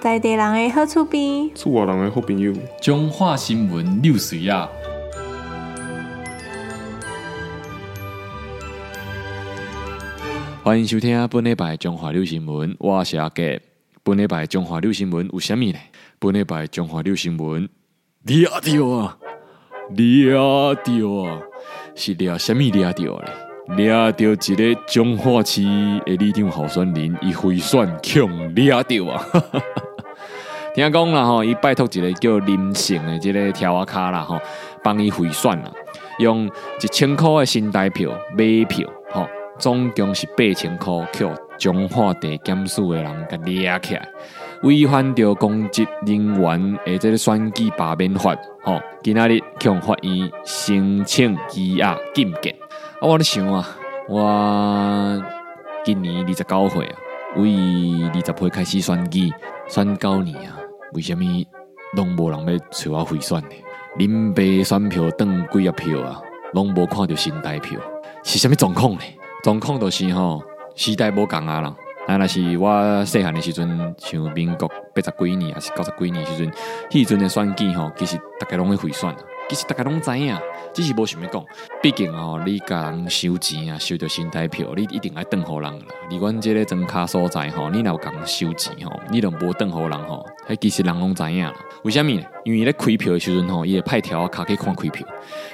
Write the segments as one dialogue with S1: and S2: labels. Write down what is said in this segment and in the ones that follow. S1: 在地人的好厝边，
S2: 厝外人的好朋友，
S3: 中华新闻六水啊，欢迎收听本礼拜中华六新闻，我是阿杰。本礼拜中华六新闻有啥物呢？本礼拜中华六新闻，掠着啊，掠着啊，是掠啥物掠着咧？掠着一个彰化市的里长候选人，伊贿选强掠着啊！听讲啦吼，伊拜托一个叫林姓的即个跳啊卡啦吼，帮伊贿选啦，用一千箍的新台票买票吼，总共是八千箍，扣中化地检署的人甲掠起来，违反着公职人员的即个选举罢免法吼，今仔日向法院申请羁押禁见。啊，我咧想啊，我今年二十九岁啊，为二十岁开始选举，选九年啊，为什物拢无人要找我贿选呢？林北选票当几啊票啊，拢无看到新台票，是啥物状况呢？状况就是吼，时代无共啊啦。啊，若是我细汉的时阵，像民国八十几年还是九十几年的时阵，迄时阵的选举吼，其实大家拢会贿选啊，其实大家拢知影，只是无想要讲。毕竟吼、你甲人收钱啊，收着新台票，你一定爱转互人啦。而阮即个庄卡所在吼，你若有甲人收钱吼，你若无转互人吼，迄其实人拢知影啦。为什物呢？因为咧开票的时阵吼，伊会派条啊卡去看开票。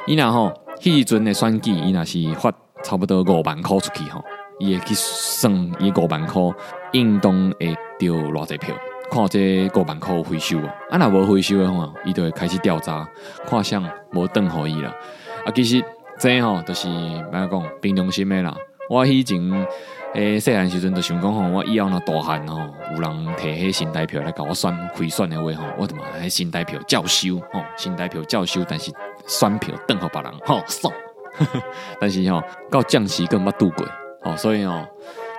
S3: 伊若吼，迄时阵的选举，伊若是发差不多五万箍出去吼，伊会去算伊五万箍应当会着偌济票。看这五万箍回收啊，啊若无回收的话，伊就会开始调查，看谁无转互伊啦。啊，其实这吼、就是安尼讲，平常心的啦。我以前诶细汉时阵就想讲吼，我以后若大汉吼，有人摕迄新台票来甲我选开选的话吼，我就嘛迄新台票照收吼，新台票照收，但是选票转互别人吼爽。 但是吼、到降息更捌拄过吼、所以吼、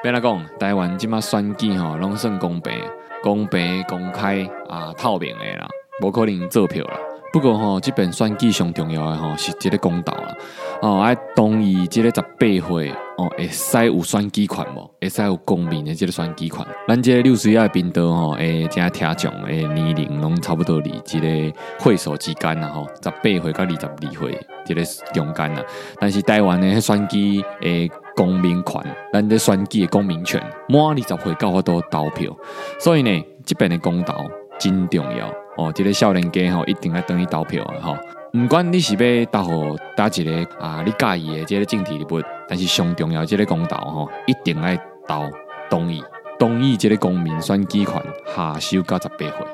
S3: 变来讲，台湾即马选举吼、拢算公平、公平、公开啊，透明的啦，无可能做票啦。不过吼、即边选举上重要的吼、是即个公道啦。哦，啊，当伊即个十八岁哦，会使有选举权无？会使有公民的即个选举权？咱即个六十一的频道吼，诶，遮听众诶年龄拢差不多离即个岁数之间啊吼，十八岁到二十二岁即个中间啊。但是台湾的迄选举诶公民权，咱这选举的公民权满二十岁到法度投票，所以呢，即边的公投真重要哦。即、个少年家吼，一定要等去投票啊的吼。毋管你是要投互倒一个啊，你介意的即个政治人物，但是上重要即个公投吼，一定要投同意，同意即个公民选举权下修到十八岁，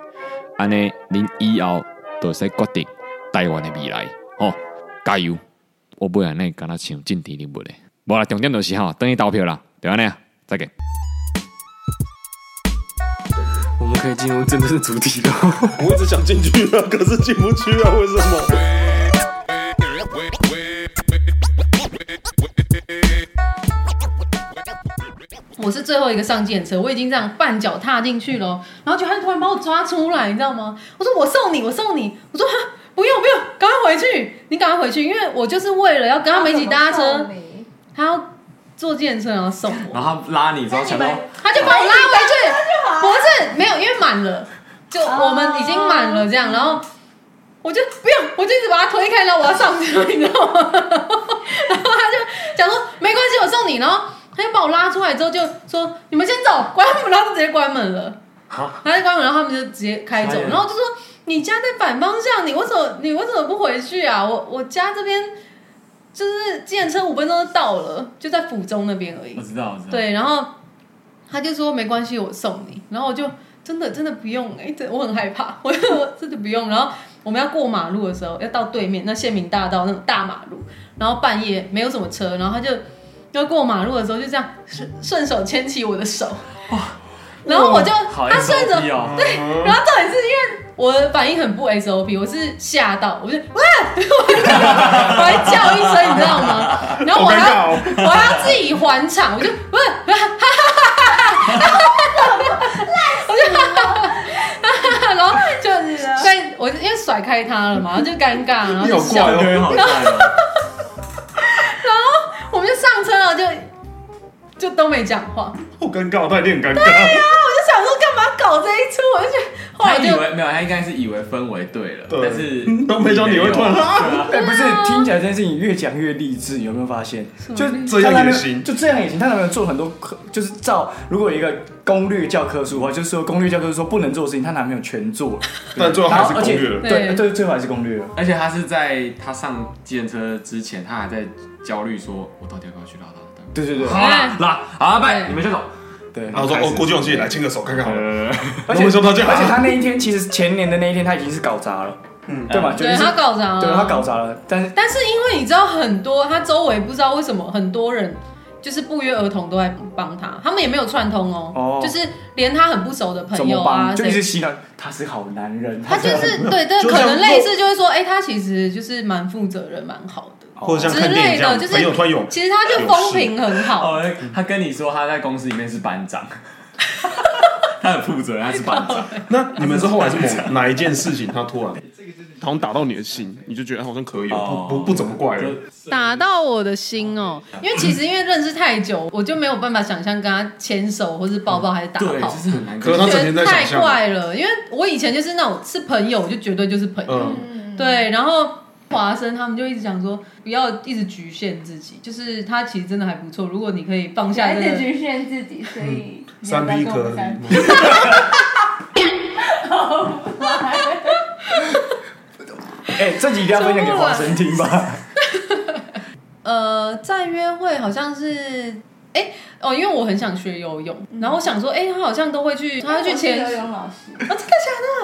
S3: 安尼恁以后就会使决定台湾的未来吼、加油！我不然呢，敢若像政治人物咧。无啦，重点就是吼，等你投票啦，对安尼啊，再见。
S4: 我们可以进入真的是主题了。
S2: 我一直想进去啊，可是进不去啊，为什么？
S5: 我是最后一个上检车，我已经这样绊脚踏进去了，然后就他就突然把我抓出来，你知道吗？我说我送你，我送你，我说哈不用不用，赶快回去，你赶快回去，因为我就是为了要跟他们一起搭车，他要坐电车然后送我，
S4: 然后他拉你之后想到，
S5: 他就把我拉回去，不是没有，因为满了，就我们已经满了这样，然后。我就不用，我就一直把他推开，然后我要上车，你知道吗？然后他就讲说没关系，我送你。然后他就把我拉出来之后就说你们先走，关门，然后就直接关门了。
S4: 啊
S5: 他就关门，然后他们就直接开
S4: 傻
S5: 走，
S4: 眼
S5: 然后就说你家在反方向，你为什么你为什么不回去啊？我我家这边就是计程车五分钟就到了，就在府中那边而已
S4: 我。知道，我知道。，
S5: 对，然后他就说没关系，我送你。然后我就真的真的不用哎、这我很害怕，我我真的不用。然后我们要过马路的时候，要到对面那县民大道那种大马路，然后半夜没有什么车，然后他就要过马路的时候就这样顺顺手牵起我的手，然后我就
S4: 好
S5: 他顺着
S4: SOP 哦，
S5: 对，然后重点是因为我的反应很不 SOP，我是吓到，我就哇， 我就还叫一声，你知道吗？然后我还要
S2: 好尴
S5: 我还要自己还场，我就哇 哈哈哈 哈哈哈，我就哈哈哈哈哈，然后就 所以我就因为甩开他了嘛，然后就尴尬，然后
S2: 你
S5: 就
S2: 好
S5: 笑
S2: 怪，
S4: 感觉
S2: 哦，
S4: 好帅哦。
S5: 我们就上车了，就就都没讲话。
S2: 好尴尬，他一定很尴尬。
S5: 我就想说干嘛搞搞这一出，我就觉得后
S4: 他
S5: 来
S4: 以
S5: 就
S4: 为没有，他应该是以为氛围对了，
S2: 对
S4: 但是
S2: 都没想到你会突然
S4: 没有对啊
S1: 哎、不是，听起来这件事情越讲越励志，有没有发现？就
S5: 励
S2: 志
S1: 他那
S2: 啊这样也
S1: 边
S2: 行
S1: 就这样也行。他那边做很多科，就是照如果有一个攻略教科书的话，就是说攻略教科书说不能做的事情，他男朋友全做了。
S2: 但最后还是
S1: 然后
S2: 攻略了
S1: 而且。啊对，
S5: 对
S1: 最最后还是攻略了。
S4: 而且他是在他上计程车之前，他还在焦虑说，我到底要不要去拉拉队？
S1: 对对对
S4: 好
S5: 哎
S4: 啦，拉，好啦，拜，
S5: 对
S4: 你们先走。
S1: 对，
S2: 然后说：“哦，鼓起勇气来牵个手看看好了。
S1: 而
S2: 我
S1: 且
S2: 们说到这样
S1: 而且他那一天其实前年的那一天他已经是搞砸了，嗯，对吧？就
S5: 对
S1: 是
S5: 他搞砸了，
S1: 对他搞砸了，但是
S5: 但是因为你知道很多，他周围不知道为什么很多人就是不约而同都在帮他，他们也没有串通哦，
S1: 哦
S5: 就是连他很不熟的
S1: 怎
S5: 朋友
S1: 么
S5: 啊，
S1: 帮？就
S5: 谁
S1: 一直洗脑，他是好男人，
S5: 他就
S1: 很
S5: 是对对，
S2: 就
S5: 可
S2: 像
S5: 能类似就会说，哎、他其实就是蛮负责任、蛮好的，”
S2: 或者像看
S5: 之
S2: 电
S5: 类
S2: 影这
S5: 的
S2: 样，
S5: 就是
S2: 朋友团 友，
S5: 其实他就风评很好，
S4: 哦，他跟你说他在公司里面是班长， 他很负责任，他是班长。
S2: 那你们是后来是某哪一件事情，他突然好像打到你的心，你就觉得好像可以了，
S4: 哦
S2: 不不不怎么怪啊了。
S5: 打到我的心哦、因为其实因为认识太久，我就没有办法想象跟他牵手或是抱抱还是打
S4: 嗯对，
S5: 炮
S4: 就。是很难
S2: 可
S4: 跟。
S2: 是他
S5: 觉
S2: 整天
S5: 得
S2: 在
S5: 太
S2: 想象
S5: 怪了，因为我以前就是那种是朋友，我就绝对就是朋友，
S2: 嗯，
S5: 对，然后华生他们就一直讲说，不要一直局限自己，就是他其实真的还不错。如果你可以放下
S6: 有
S5: 这
S6: 一点
S5: 个，
S6: 局限自己，所以
S2: 三 P 可
S6: 以。
S1: 哎，这集一定要分享给华生听吧。
S5: 啊呃，在约会好像是，哎、哦，因为我很想学游泳，
S6: 嗯
S5: 然后我想说，哎、他好像都会去，他会去潜啊
S6: 游
S5: 水，
S6: 泳老师，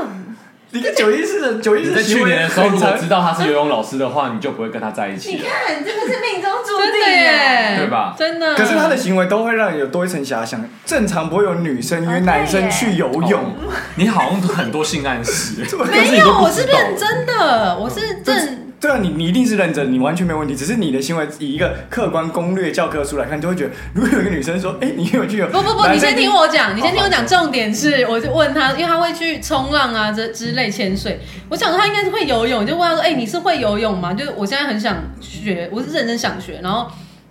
S1: 你跟九一四的九一
S4: 你
S1: 四
S4: 在去年的时候，如果知
S1: 道，
S4: 道他是游泳老师的话，你就不会跟他在一起
S6: 你
S4: 了。
S6: 看这个是命中注
S5: 真
S6: 定
S5: 的耶，
S4: 对吧
S5: 真的。
S1: 可是他的行为都会让人有多一层遐想。正常不会有女生
S5: 哦
S1: 约男生去游泳，
S4: 你好像很多性暗示，
S5: 没有，我是认真的，我是正。
S1: 对啊，你你一定是认真，你完全没问题。只是你的行为以一个客观攻略教科书来看，就会觉得，如果有一个女生说：“哎、你有去游？”
S5: 不不不，
S1: 男
S5: 你
S1: 生
S5: 先听我讲，你先听我讲。重点是，我就问他，因为他会去冲浪啊，这之类潜水。我想说他应该是会游泳，就问他说：“哎、你是会游泳吗？”就是我现在很想学，我是认真想学。然后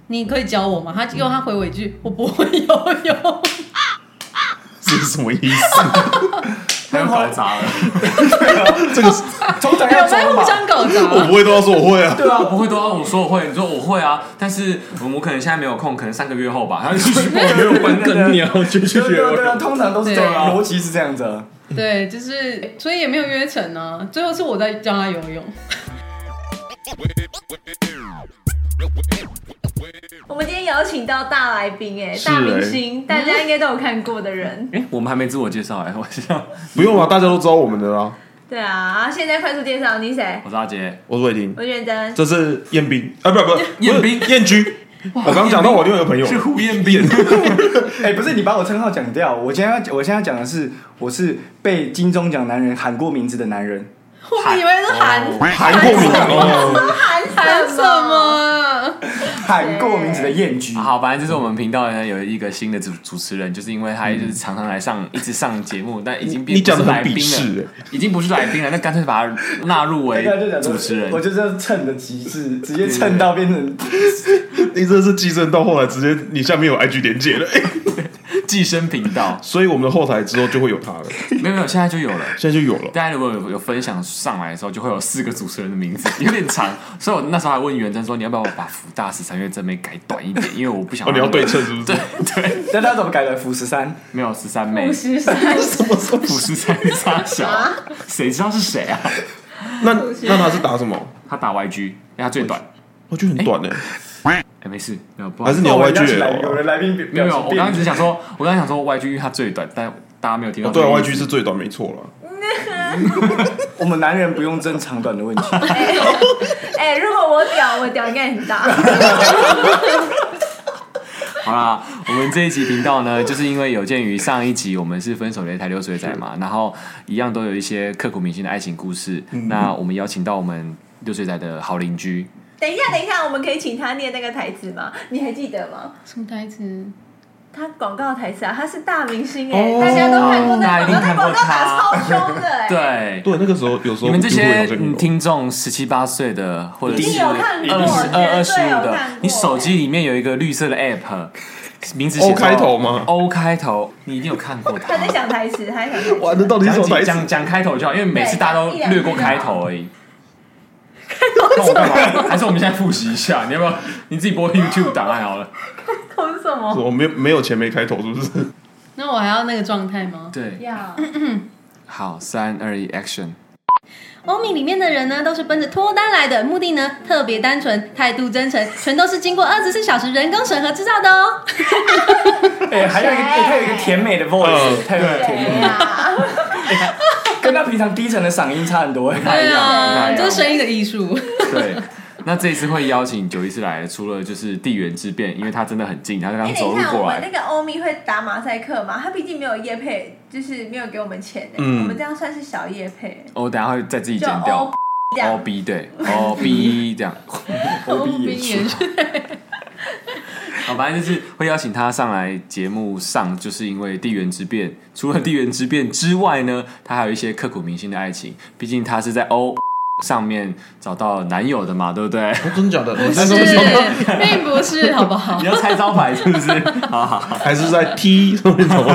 S5: 你可以教我吗？他结果他回我一句：“我不会游泳。
S2: 这是什么意思？
S4: 他又搞砸了。
S1: 这个是从长”要
S5: 有在
S1: 装
S5: 互
S1: 吧。
S5: 相搞
S2: 我
S5: 砸。
S2: 不会都要说我会啊。
S4: 对啊，我会都要我说我会，你说我会啊，但是我们可能现在没有空，可能三个月后吧，他就去报
S1: 没有关
S3: 更鸟就去
S1: 对对
S3: 学
S1: 对对啊，通常都是这
S5: 对
S1: 样，
S5: 啊
S1: 逻辑是这样子啊。
S5: 对，就是所以也没有约成啊。最后是我在教他游泳。
S6: 我们今天邀请到大来宾，哎，
S2: 是
S6: 大明
S2: 哎
S6: 星，大家应该都有看过的人。
S4: 哎，我们还没自我介绍哎，我是
S2: 不用啊，大家都知道我们的啦。
S6: 对啊，现在快速介绍你谁？
S4: 我是阿杰，
S2: 我是伟霆，
S6: 我认真，
S2: 这是彦斌啊，不不不，
S4: 彦斌
S2: 不是彦居。我刚讲到我另外一个朋友，
S4: 是胡彦斌，
S1: 哎、不是你把我称号讲掉，我今天要我现在要讲的是，我是被金钟奖男人喊过名字的男人。
S5: 我以为是韩
S2: 韩国名哦，
S6: 喊
S5: 韩什？么？
S1: 喊过名字的燕居。
S4: 好，反正就是我们频道呢有一个新的主主持人，就是因为他就是常常来上，一直上节目，但已经 变
S2: 你讲的
S4: 不是来
S2: 很鄙
S4: 宾了
S2: 视，欸
S4: 已经不是来宾了，那干脆把他纳入为
S1: 对啊就讲说
S4: 主持人
S1: 我。就是要蹭的极致， 直接蹭到变成
S2: 哎你真的是寄生到后来，直接你下面有 IG 连接了，哎
S4: 寄生频道，
S2: 所以我们的后台之后就会有他了，
S4: 没有没有，现在就有了。
S2: 现在就有了。
S4: 大家如果有有分享上来的时候，就会有四个主持人的名字，有 点长，所以我那时候还问元真说，你要不要我把福大十三月正妹改短一点，因为我不想、
S2: 哦，你要对称是不是？
S4: 对，
S1: 那他怎么改的？福十 三，
S4: 没有十三妹，
S6: 五十 三，啊
S4: 福十三傻小，谁知道是谁啊？
S2: 那那他是打什么？
S4: 他打 YG，因为他最短，
S2: 我觉得很短呢，欸
S4: 哎、没事，没有，不好
S2: 还
S4: 意
S2: 是
S4: 思
S2: 你哦要啊
S1: 我们要请
S2: YG
S1: 来有人来宾表
S4: 没有没有，我刚刚只是
S1: 情
S4: 想说，我刚刚想说 YG 因为他最短，但大家没有听到
S2: 哦，
S4: 这
S2: 对
S4: 个
S2: 啊
S4: 意思、
S2: ，YG 是最短，没错了。
S1: 我们男人不用争长短 的问题。
S6: 哎，如果我屌，我屌应该很 大。
S4: 好啦，我们这一集频道呢， 就是因为有鉴于上一集我们是分手擂台流水仔嘛，然后一样都有一些刻骨铭心的爱情故事。
S2: 嗯
S4: 那我们邀请到我们流水仔的好邻居，
S6: 等一下，等一下，我们可以请他念那个台词吗？你还记得吗？
S5: 什么台词？
S6: 他广告台词啊，他是大明星哎、
S2: 哦
S6: 大家都看过那
S4: 大家一定
S6: 广告，那
S4: 看过
S6: 广告打超
S4: 他
S6: 凶的哎、
S4: 对，
S2: 对，那个时候有时候
S4: 你们这些
S2: 就会有
S4: 嗯听众十七八岁的，或者
S6: 一定
S4: 是
S6: 有看过
S4: 二十二二
S6: 绝
S4: 十
S6: 对有
S4: 五的
S6: 看过，
S4: 你手机里面有一个绿色的 app。名字写
S2: O
S4: 错
S2: 哦开头吗
S4: ？O 开头，你一定有看过它
S6: 他。在想台词，他在想台词。
S2: 哇，那到底是什么
S4: 讲几
S2: 台词？
S4: 讲讲开头就好，因为每次大家都
S6: 对讲一
S4: 略过
S6: 两句
S4: 开
S6: 就好
S4: 头而已。那我干 嘛？还是我们现在复习一下？你要不要你自己播 YouTube 档案好了？
S6: 口是什么？
S2: 我没有没有钱没开头，是不是？
S5: 那我还要那个状态吗？
S4: 对，
S6: 要
S4: 好，三二一，Action！
S5: 欧米里面的人呢，都是奔着脱单来的，目的呢特别单纯，态度真诚，全都是经过二十四小时人工审核制造的哦。
S7: 哎，还有一个，哎他有一个甜美的 voice，
S1: 哎
S2: 嗯
S7: 他有一个甜美，
S6: 对 啊，
S7: 跟他平常低沉的嗓音差很多。 哎
S5: 对啊，
S4: 对
S5: 这是声音的艺术。
S4: 对，那这一次会邀请九一次来，除了就是地缘之变，因为他真的很近，他
S6: 哎，
S4: 刚
S6: 等
S4: 走
S6: 一
S4: 路
S6: 下，我
S4: 过
S6: 们
S4: 来
S6: 那。个欧米会打马赛克嘛？他毕竟没有叶配，就是没有给我们钱哎，
S2: 嗯
S6: 我们这样算是小叶配，
S4: 我哦等一下会再自己
S6: 就
S4: 剪掉哦
S6: 欧。这
S4: O
S6: 样。
S4: B 对，O B 这样。
S5: 欧米也是，
S4: 好，哦反正就是会邀请他上来节目上，就是因为地缘之变。除了地缘之变之外呢，他还有一些刻骨铭心的爱情。毕竟他是在 O 上面找到男友的嘛，对不对？
S2: 真假的？你在
S5: 是
S2: 说什么？
S5: 并不是，好不好
S4: 你？要拆招牌是 不是？好好好，
S2: 还是在 T 上面走？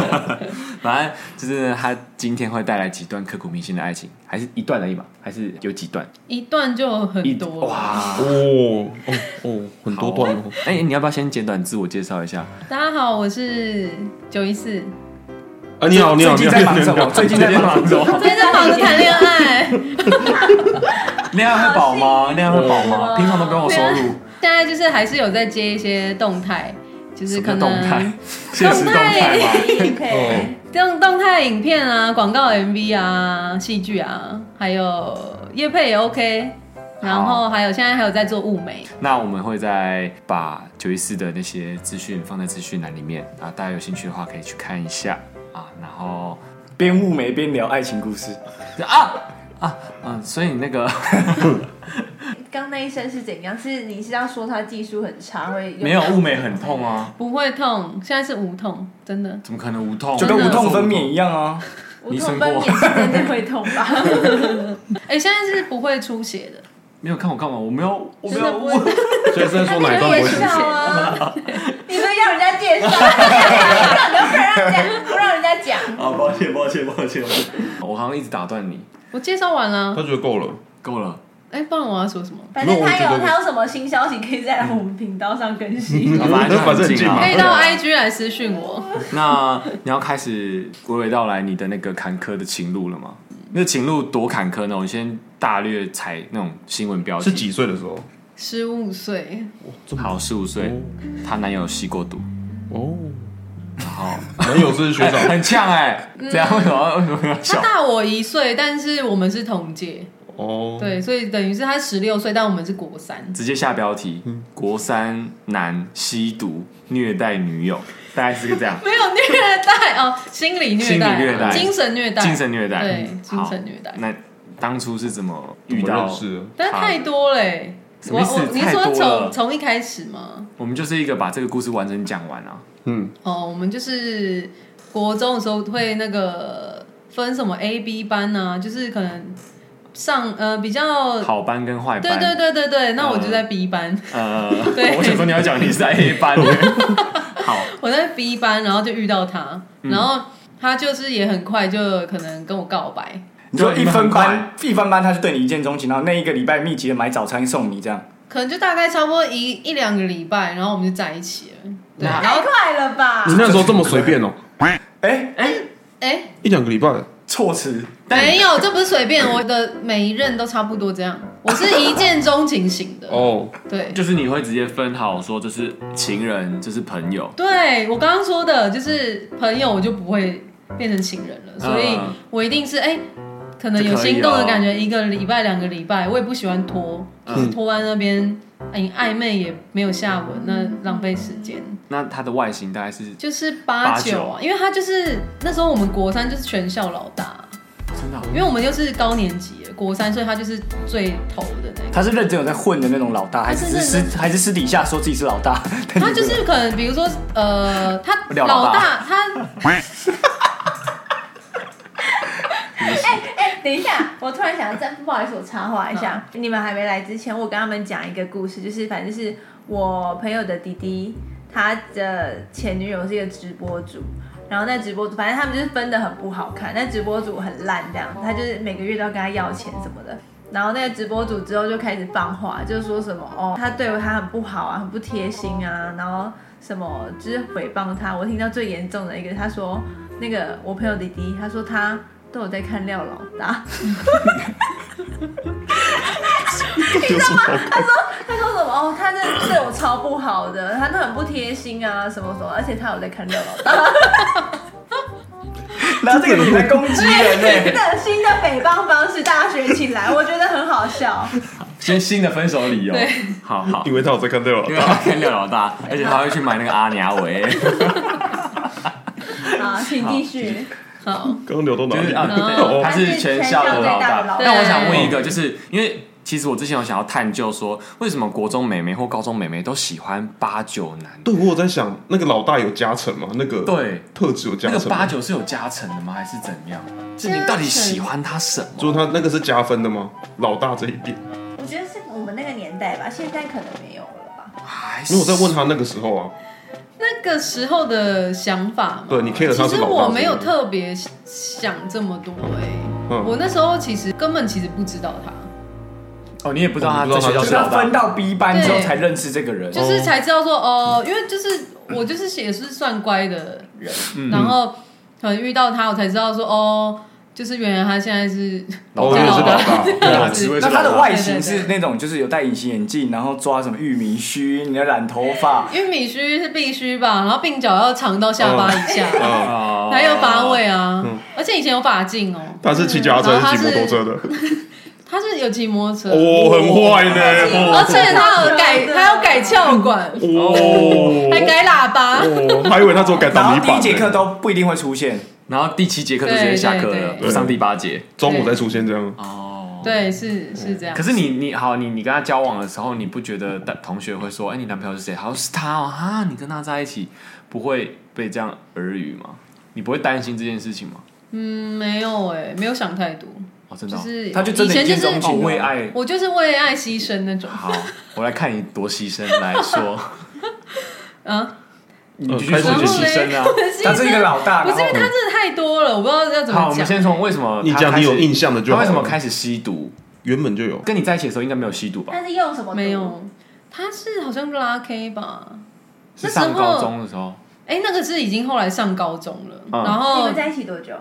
S4: 反正就是他今天会带来几段刻骨铭心的爱情，还是一段而已嘛？还是有几段？
S5: 一段就很多了。
S4: 哇！
S2: 哦哦哦，很多段哦。
S4: 哎、你要不要先简短自我介绍一下？
S5: 大家好，我是九一四，
S2: 啊，你好，你好，
S7: 最
S2: 你
S7: 近
S2: 好，
S7: 在忙
S2: 你
S7: 什么？
S2: 好，
S7: 最近在忙 什么？
S5: 今天在忙着谈恋爱，
S4: 恋爱会饱吗？恋爱会饱吗？平常都跟我收入，
S5: 现在就是还是有在接一些动态，就是
S4: 什
S5: 可
S4: 么
S5: 能
S4: 动态？现实动态吗？
S6: OK，
S5: 动动态影片啊、广告 MV 啊、戏剧啊，还有叶配也 OK，然后还有现在还有在做物美，
S4: 那我们会再把九一四的那些资讯放在资讯栏里面啊，大家有兴趣的话可以去看一下啊。然后
S7: 边雾眉边聊爱情故事，
S4: 啊啊嗯，所以那个
S6: 刚那一声是怎样？是你是要说他技术很差，会用
S4: 没有物美很痛啊，
S5: 不会痛，现在是无痛，真的。
S4: 怎么可能无痛？
S7: 就跟无痛分娩一样啊。
S6: 无
S4: 你生
S6: 痛
S4: 过
S6: 分娩是真的会痛吧？
S5: 哎、现在是不会出血的，
S4: 没有看我干嘛？我没有， 我没
S5: 真的
S4: 有
S5: 不。会。
S2: 所以是在说哪一
S5: 我
S2: 段
S5: 也
S2: 不
S5: 是
S2: 行？
S6: 笑啊！ 你都要人家介绍， 不要让人家不让人家讲。
S4: 啊，抱歉，抱歉，抱歉，我好像一直打断你，
S5: 我介绍完了
S2: 他，觉得够了。
S4: 够了。
S5: 哎、不然我要说什么？
S6: 反正他有他有什么新消息，可以再来我们频道上更新。
S4: 啊反正就
S2: 反正
S4: 很
S2: 很
S4: 近
S2: 近
S4: 啊
S2: 嘛
S5: 可以到 IG 来私讯我。
S4: 那你要开始娓娓道来你的那个坎坷的情路了吗？那情路多坎坷呢？我们先大略踩那种新闻标题。
S2: 是几岁的时候？
S5: 十五岁，
S4: 好，十五岁，她男友吸 过毒，
S2: 哦，
S4: 然后
S2: 男友是学长
S4: 很呛哎，
S5: 嗯
S4: 这样为什么为什
S2: 嗯
S4: 么要
S5: 他
S4: 笑？
S5: 大我一岁，但是我们是同届，
S2: 哦。
S5: 对，所以等于是他十六岁，但我们是国三。。
S4: 直接下标题：
S2: 嗯
S4: 国三男吸毒虐待女友，大概是个这样
S5: 没有虐待哦，心理虐待啊、
S4: 心理虐待
S5: 精神虐待、
S4: 精神虐待，
S5: 对
S4: 嗯
S5: 精神
S4: 好
S5: 虐待
S4: 那当初是怎么
S2: 怎
S4: 遇
S2: 么
S4: 到
S2: 认？识的？
S5: 但是太多嘞、
S4: 什
S5: 我
S4: 么意思
S5: 我你
S4: 太
S5: 是说
S4: 多了
S5: 从从一开始吗？
S4: 我们就是一个把这个故事完整讲完啊。
S2: 嗯，
S5: 哦，我们就是国中的时候会那个分什么 A、B 班啊，就是可能上呃比较
S4: 好班跟坏
S5: 对
S4: 班，嗯
S5: 对对对对，那我就在 B 班，
S4: 呃，
S5: 对
S4: 我想说你要讲你是在 A 班，好，
S5: 我在 B 班，然后就遇到他，
S4: 嗯
S5: 然后他就是也很快就可能跟我告白，
S7: 你说
S4: 对
S7: 一分
S4: 你们
S7: 班，一分班他就对你一见钟情，然后那一个礼拜密集的买早餐送你这样。
S5: 可能就大概差不多一一两个礼拜，然后我们就在一起了。对，
S4: 那
S5: 然
S6: 太
S5: 后
S6: 快了吧！
S2: 你那时候这么随便哦？
S7: 哎，
S5: 哎、
S2: 一两个礼拜，
S7: 措辞
S5: 没有，这不是随便，我的每一任都差不多这样，我是一见钟情型的。
S2: 哦，
S5: 对
S4: 就是你会直接分好说，这是情人，这是朋友，
S5: 对，我刚刚说的就是朋友，我就不会变成情人了，所以
S4: 嗯
S5: 我一定是哎。可能有心动的感
S4: 哦
S5: 觉，一个礼拜、两个礼拜，我也不喜欢拖，
S4: 嗯
S5: 就是拖在那边，哎，暧昧也没有下文，那浪费时间。
S4: 那他的外形大概是
S5: 就是八
S4: 八
S5: 九
S4: 九
S5: 啊，因为他就是那时候我们国三就是全校老大，
S4: 真的哦、
S5: 因为我们又是高年级了国三，所以他就是最头的那个。
S7: 他是认真有在混的那种老大，还是
S5: 他是
S7: 只是
S5: 认
S7: 私还是私底下说自己是老大？但
S5: 他就是可能，比如说，呃，他
S4: 廖老
S5: 老
S4: 大
S5: 大，他
S6: 哎，等一下，我突然想，真不好意思，我插话一下。你们还没来之前，我跟他们讲一个故事，就是反正是我朋友的弟弟，他的前女友是一个直播主，然后那直播主反正他们就是分的很不好看，那直播主很烂这样，他就是每个月都要跟他要钱什么的。然后那个直播主之后就开始放话，就说什么哦，他对他很不好啊，很不贴心啊，然后什么就是诽谤他。我听到最严重的一个，他说那个我朋友弟弟，他说他都有在看廖老大。
S2: 有什么好看？
S6: 他说什么？哦，他这对我超不好的，他都很不贴心啊，什么什么，而且他有在看六老大，
S1: 拿这个你来攻击人呢、
S6: 新的新的诽谤方式，大家学起来，我觉得很好笑。啊
S4: 先新的分手理由
S5: 对，
S4: 好好
S2: 因，为他有在看对了
S4: 因，为他看廖老大，而且他会去买那个阿娘维，
S6: 好，请继续。
S5: 好，
S2: 刚刚聊到哪
S4: 就是
S2: 里？
S4: 啊，
S2: 哦
S4: 对他是全校的老大。
S5: 对
S4: 但我想问一个，就是因为其实我之前有想要探究说，为什么国中美眉或高中美眉都喜欢八九男？
S2: 对，我有在想，那个老大有加成吗？那个
S4: 对，
S2: 特质有加
S4: 那个
S2: 成吗
S4: 八？九是有加成的吗？还是怎样？是你到底喜欢他什么？
S2: 就是他那个是加分的吗？老大这一点，
S6: 我觉得是我们那个年代吧，现在可能没有了吧。
S4: 还是
S2: 因为我在问他那个时候啊，
S5: 那个时候的想法嘛，
S2: 对你 care 他
S5: 其
S2: 是
S5: 实
S2: 老大，
S5: 我没有，特别想这么多哎、
S2: 嗯
S5: 我那时候其实根本其实不知道他，
S4: 哦，你也不知道他
S2: 我不
S4: 在
S2: 知道
S4: 学
S2: 他
S4: 校
S1: 就是是
S4: 老
S1: 要
S4: 大
S1: 分。到 B 班之后
S5: 对
S1: 才认识这个人。
S5: 就是才知道说哦、因为就是我就是也是算乖的人，然后可能遇到他，我才知道说哦，就是原来他现在是
S2: 哦，原来是老大，
S5: 对
S2: 对啊
S5: 职
S1: 那他的外形
S5: 对
S1: 是
S5: 对对
S1: 那种，就是有戴隐形眼镜，然后抓什么玉米须，你要染头 发，
S5: 玉米须是必须吧，然后鬓角要长到下巴以下，
S2: 啊，
S4: 哦嗯
S5: 还有发尾啊，而且以前有发镜哦，
S2: 他是骑脚踏车还是骑摩托车的？
S5: 他是有骑摩托车，
S2: 哦，很坏呢，
S5: 而且他有改，他要改撬管，
S4: 哦
S2: 哦，
S5: 还改喇叭，
S2: 哦，还以为他只有改
S1: 然
S2: 挡泥
S1: 后
S2: 板呢。
S1: 第一节课都不一定会出现。
S4: 然后第七节课就直接下课
S5: 对
S4: 了
S5: 对，
S2: 对
S4: 不上第八节。
S2: 中午再出现这样，
S4: 哦，
S5: 对，是是这样
S4: 可。是你你好，你你跟他交往的时候，你不觉得大同学会说，哎、你男朋友是谁？他说是他哦，哈，你跟他在一起，不会被这样耳语吗？你不会担心这件事情吗？
S5: 嗯，没有哎、没有想太多，
S4: 哦，真的
S5: 就
S4: 哦、
S5: 是
S1: 他就真
S5: 以
S1: 的
S5: 前
S1: 一
S5: 就
S1: 见
S5: 是
S1: 钟
S4: 哦
S1: 情，
S4: 为爱。
S5: 我就是为爱牺牲那种，
S4: 好，我来看你多牺牲来 说，
S5: 嗯，
S4: 你必须
S2: 开
S4: 说
S2: 始
S5: 然
S4: 你
S5: 后
S4: 牺牲
S5: 嘞，
S4: 啊
S5: 我。的牺
S1: 他是一 个
S5: 牲
S1: 老大，
S5: 不是因为
S1: 然后
S5: 他真的太多了，我不知道要怎
S4: 好，
S5: 么
S4: 我们
S5: 讲。
S4: 先从为什么
S2: 你
S4: 他
S2: 讲
S4: 开
S2: 你
S4: 始
S2: 有印象的就
S4: 他
S2: 好。
S4: 为什么开始吸毒？
S2: 原本就有？
S4: 跟你在一起的时候应该没有吸毒吧？
S5: 哎
S6: 但是用什么？
S5: 没，有，他是好像拉 K 吧？
S4: 是
S5: 那时候
S4: 上高中的时候，
S5: 哎、那个是已经后来上高中了，
S4: 嗯
S5: 然
S6: 你
S5: 后
S6: 们在一起多久？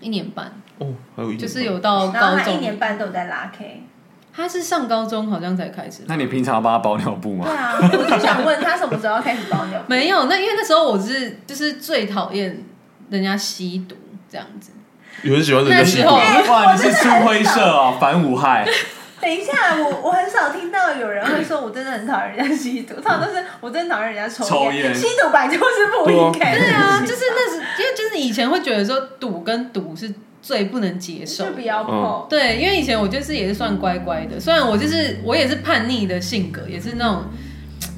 S5: 一年半，
S2: 哦，还有一点
S5: 就是有到
S6: 然后
S5: 哦高
S6: 他一
S5: 中，
S6: 年半都有在拉 K。
S5: 他是上高中好像才开始。
S4: 那你平常要帮他包尿布吗
S6: 对？啊，我就想问他什么时候开始包尿？
S5: 没有，那因为那时候我是就是最讨厌人家吸毒这样子，
S2: 有人喜欢人家吸
S5: 那时
S2: 毒
S5: 候，
S4: 哇，你是出灰色 哦，反五害。
S6: 等一下，我我很少听到有人会说我真的很讨厌人家吸毒，通常都是我真的讨厌人家
S4: 抽
S6: 抽
S4: 烟
S6: 吸毒本来就是不应该的事情。对
S5: 对啊，就是那是因为就是以前会觉得说赌跟毒是最不能接受
S6: 就。比
S2: 嗯
S6: 较碰。
S5: 对，因为以前我就是也是算乖乖的，虽然我就是我也是叛逆的性格，也是那种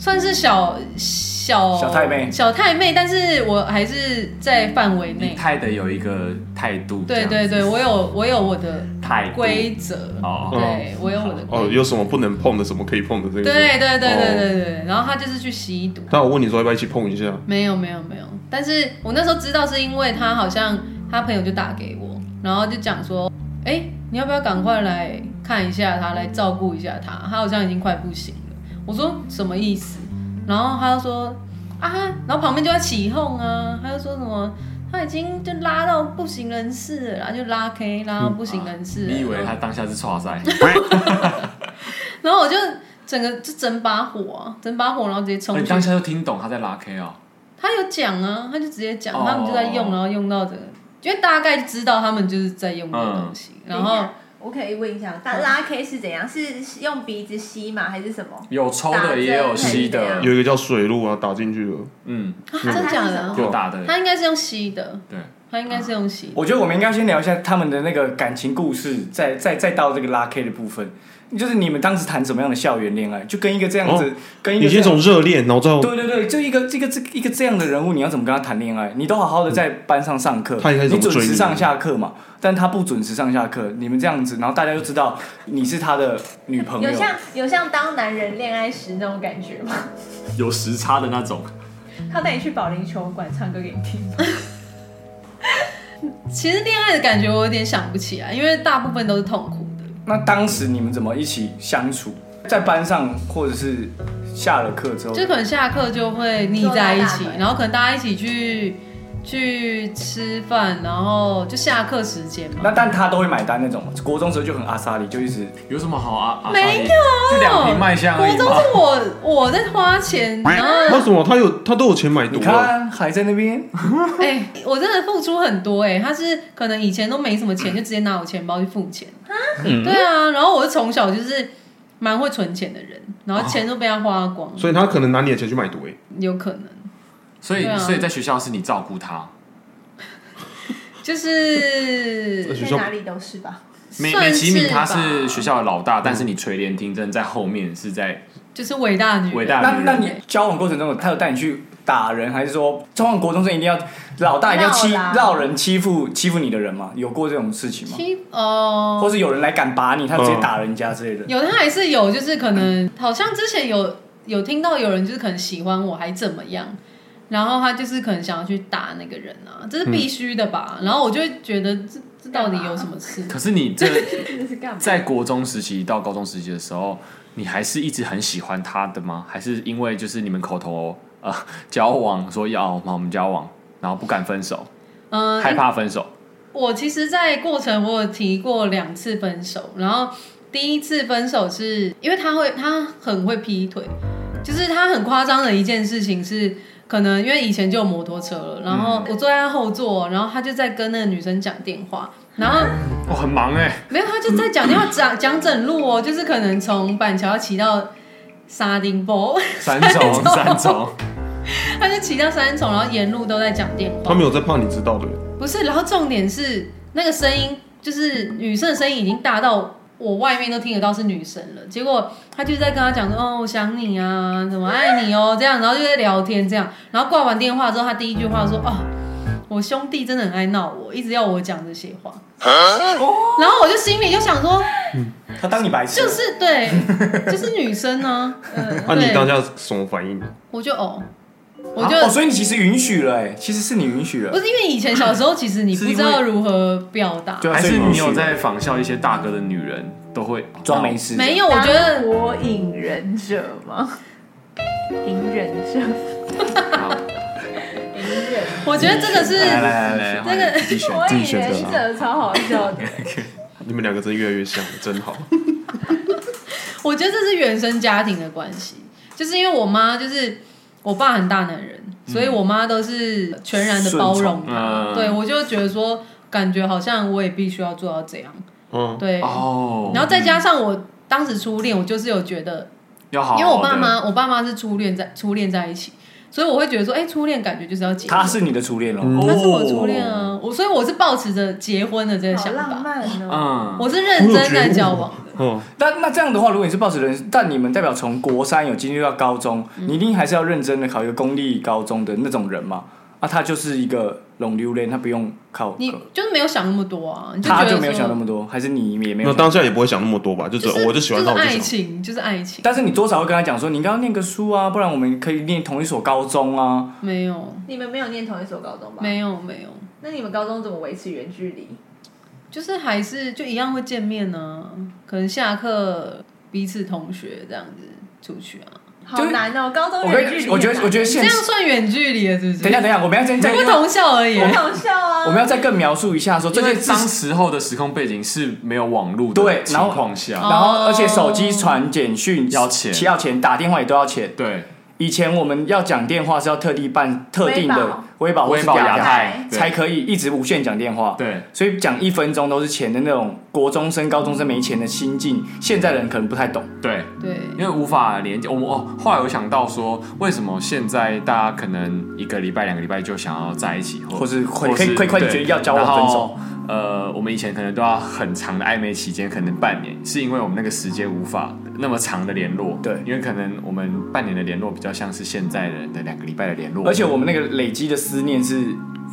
S5: 算是小小
S1: 小太妹
S5: 小太妹，但是我还是在范围
S4: 你
S5: 内。
S4: 态的有一个态度，
S5: 对对对，我有我有我的
S4: 态度
S5: 规则，
S4: 哦，
S5: 对我有我的
S2: 哦，
S5: 规则。
S2: 有什么不能碰的，什么可以碰的这个。
S5: 对对对对
S2: 哦。
S5: 对对，然后他就是去吸毒，
S2: 那我问你说要不要一起碰一下？
S5: 没有没有没有，但是我那时候知道是因为他好像他朋友就打给我，然后就讲说，哎、你要不要赶快来看一下他，来照顾一下他，他好像已经快不行了。我说什么意思？然后他就说啊，然后旁边就在起哄啊，他就说什么。他已经就拉到不省人事了啦，然后就拉 K 拉到不省人事了、
S4: 嗯你以为他当下是错 赛？
S5: 然后我就整个就整把火、啊，整把火，然后直接冲
S4: 哦哎你
S5: 去
S4: 当下就听懂他在拉 K 哦，
S5: 他有讲啊，他就直接讲，
S4: 哦
S5: 他们就在用，然后用到这个，因为大概知道他们就是在用这个东西，然
S6: 等一
S5: 后啊
S6: 下我可以问一下，拉拉 K 是怎样？是用鼻子吸吗？还是什么？
S4: 有抽的也有吸
S6: 打
S4: 的
S6: 针，
S2: 有一个叫水路啊，打进去了。
S4: 嗯，
S5: 啊真的假的？
S4: 有打的，
S5: 他应该是用吸的，
S4: 对，
S5: 他应该是用吸的。
S1: 我觉得我们应该先聊一下他们的那个感情故事，再再再到这个拉 K 的部分，就是你们当时谈什么样的校园恋爱，就跟一个这样子，跟一
S2: 哦
S1: 个
S2: 你先
S1: 这
S2: 从
S1: 样
S2: 热恋，然后最后
S1: 哎对对对，就一个这个这一个这样的人物，你要怎么跟他谈恋爱？你都好好的在班上上课，
S2: 他一开始怎
S1: 你
S2: 么
S1: 准
S2: 追
S1: 时
S2: 你
S1: 上下课嘛，但他不准时上下课，你们这样子，然后大家就知道你是他的女朋友
S6: 有。像有像当男人恋爱时那种感觉吗？
S4: 有时差的那种，
S6: 他带你去保龄球馆唱歌给你听吗？
S5: 其实恋爱的感觉我有点想不起来，因为大部分都是痛苦的。
S1: 那当时你们怎么一起相处？在班上或者是下了课之后，
S5: 就可能下课就会腻在一起
S6: 坐在大，腿
S5: 然后可能大家一起去去吃饭，然后就下课时间嘛。
S1: 那但他都会买单那种嘛。国中时候就很阿莎里，就一直
S4: 有什么好啊？啊
S5: 没有
S4: 就两瓶麦香而
S5: 啊哦国
S4: 已
S5: 中
S4: 嘛
S5: 是。我我在花钱，
S2: 为
S5: 然后
S2: 什么他有他都有钱买毒啊
S1: 你
S2: 了？
S1: 看还在那边，
S5: 哎、我真的付出很多哎、他是可能以前都没什么钱，就直接拿我钱包去付钱。
S4: 嗯
S5: 对啊，然后我是从小就是蛮会存钱的人，然后钱都被他花光，
S2: 所以他可能拿你的钱去买毒欸诶、
S5: 有可能
S4: 所以
S5: 对啊
S4: 所以在学校是你照顾他，
S5: 就是
S2: 在学
S6: 在
S2: 校
S6: 哪里都是吧。
S4: 美
S5: 算
S4: 美其名
S5: 是
S4: 他
S5: 吧
S4: 是学校的老大，但是你垂帘听政在后面是在
S5: 就是伟大女人
S4: 伟大
S1: 那
S4: 女
S1: 那
S4: 人。
S1: 你交往过程中，他有带你去打人，还是说通常国中生一定要老大一定要欺
S6: 闹啦
S1: 闹人欺负欺负你的人嘛？有过这种事情吗？
S5: 七哦，
S1: 或是有人来敢把你，他直接打人家之类的？
S5: 有，他还是有，就是可能好像之前有有听到有人就是可能喜欢我还怎么样，然后他就是可能想要去打那个人啊，这是必须的吧？然后我就会觉得这这到底有什么事？
S4: 可是你这
S6: 这是干嘛？
S4: 在国中时期到高中时期的时候，你还是一直很喜欢他的吗？还是因为就是你们口头呃 交往说要哦我们交往，然后不敢分手，
S5: 嗯，
S4: 害怕分手？
S5: 我其实，在过程我有提过两次分手，然后第一次分手是因为他会，他很会劈腿，就是他很夸张的一件事情是，可能因为以前就有摩托车了，然后我坐在他后座，然后他就在跟那个女生讲电话，然后
S2: 哦
S4: 我、很忙哎、
S2: 欸
S5: 没有，他就在讲电话讲讲整路哦，就是可能从板桥骑到沙丁堡，
S4: 三种三种，
S5: 他就骑到三重，然后沿路都在讲电话
S2: 他。没有在怕你知道的，
S5: 不是，然后重点是那个声音，就是女生的声音已经大到我外面都听得到是女生了。结果他就在跟他讲说：“哦，我想你啊，怎么爱你哦，这样。”然后就在聊天这样。然后挂完电话之后，他第一句话说：“哦，
S4: 嗯
S5: 我兄弟真的很爱闹我，一直要我讲这些话。”
S4: 啊
S5: 然后我就心里就想说，
S1: 嗯他当你白痴
S5: 就？是对， 就是女生呢、嗯，
S2: 那、啊你
S5: 对
S2: 当下什么反应？
S5: 我就哦，
S4: 啊
S5: 我就、
S1: 哦，所以你其实允许了，哎，其实是你允许
S5: 不
S1: 了。
S5: 是因为以前小时候，其实你
S4: 是
S5: 不
S4: 因
S5: 知
S4: 为
S5: 道如何表达，
S1: 对啊，
S4: 还
S1: 所
S4: 是
S1: 以允
S4: 你
S1: 许了
S4: 有在仿效一些大哥的女人都会
S1: 装没？事？
S5: 没有，我觉得
S6: 当火影忍者吗？隐忍者，隐 忍。
S5: 我觉得这个是
S4: 来来来来，
S5: 这 个
S4: 自己选
S6: 火
S4: 自己
S6: 影
S4: 选
S6: 忍
S4: 择啊。
S6: 者超好笑的，
S2: 你们两个真越来越像，真好。
S5: 我觉得这是原生家庭的关系，就是因为我妈就是我爸很大男人，所以我妈都是全然的包容他。
S4: 嗯顺从嗯
S5: 对我就觉得说，感觉好像我也必须要做到这样。
S2: 嗯，
S5: 对，
S4: 哦，
S5: 然后再加上我当时初恋，我就是有觉得，
S4: 要好好
S5: 因为我爸
S4: 的
S5: 妈，我爸妈是初恋在初恋在一起，所以我会觉得说，哎、初恋感觉就是要结婚。
S1: 他是你的初恋哦喽。
S5: 他是
S4: 哦
S5: 我初恋啊，我所以我是抱持着结婚的这个
S6: 好
S5: 想
S6: 浪
S5: 法，
S6: 漫哦！
S4: 嗯，
S5: 我是认真在交往的。
S2: 哦，
S1: 那那这样的话，如果你是抱持人，但你们代表从国三有进入到高中，
S5: 嗯
S1: 你一定还是要认真的考一个公立高中的那种人嘛？啊，他就是一个拢榴莲，他不用靠，
S5: 你就是没有想那么多啊，你就觉
S1: 他
S5: 得
S1: 就没有
S5: 说
S1: 想那么多，还是你也没
S2: 那
S1: 有想
S2: 当下也不会想那么多吧？就只哦
S5: 是
S2: 我就喜欢他，
S5: 就
S2: 我
S5: 是
S2: 就
S5: 爱
S2: 想。
S5: 情，就是爱情，
S1: 但是你多少会跟他讲说，你应该要念个书啊，不然我们可以念同一所高中啊。
S5: 没有，
S6: 你们没有念同一所高中吧？
S5: 没。有，没有，
S6: 那你们高中怎么维持远距离？
S5: 就是还是就一样会见面呢、可能下课彼此同学这样子出去啊，
S6: 好难哦，高中
S1: 我
S6: 远距离很
S1: 跟
S6: 难。
S1: 我觉得，我觉得
S5: 这
S1: 现
S5: 样
S1: 实。
S5: 算远距离了，是不是？
S1: 等一下，等一下，我们要先再，
S5: 不同校而已。
S6: 很好笑啊！
S1: 我们要再更描述一下说这
S4: 因为
S1: 件事
S4: 当。时候的时空背景是没有网络的
S1: 对
S4: 情
S1: 然后
S4: 况下，
S1: 然后，
S5: 哦
S1: 而且手机传简讯
S4: 要钱
S1: 要钱，打电话也都要钱。
S4: 对，
S1: 以前我们要讲电话是要特地办特定的微保或
S4: 微
S1: 是
S4: 保亚
S1: 亚
S4: 太
S1: 才
S4: 对
S1: 可以一直无限讲电话。
S4: 对，
S1: 所以讲一分钟都是钱的那种国中生、高中生没钱的心境，现在人可能不太懂。
S4: 对，
S5: 对，
S4: 因为无法连接。我们哦，后来我想到说，为什么现在大家可能一个礼拜、两个礼拜就想要在一起，或
S1: 或是会
S4: 或是
S1: 可以可以快点
S4: 对
S1: 决定要交往分
S4: 然
S1: 手
S4: 后呃，我们以前可能都要很长的暧昧期间，可能半年，是因为我们那个时间无法那么长的联络。
S1: 对
S4: 因为可能我们半年的联络比较像是现在人的两个礼拜的联络，
S1: 而且我们那个累积的思念是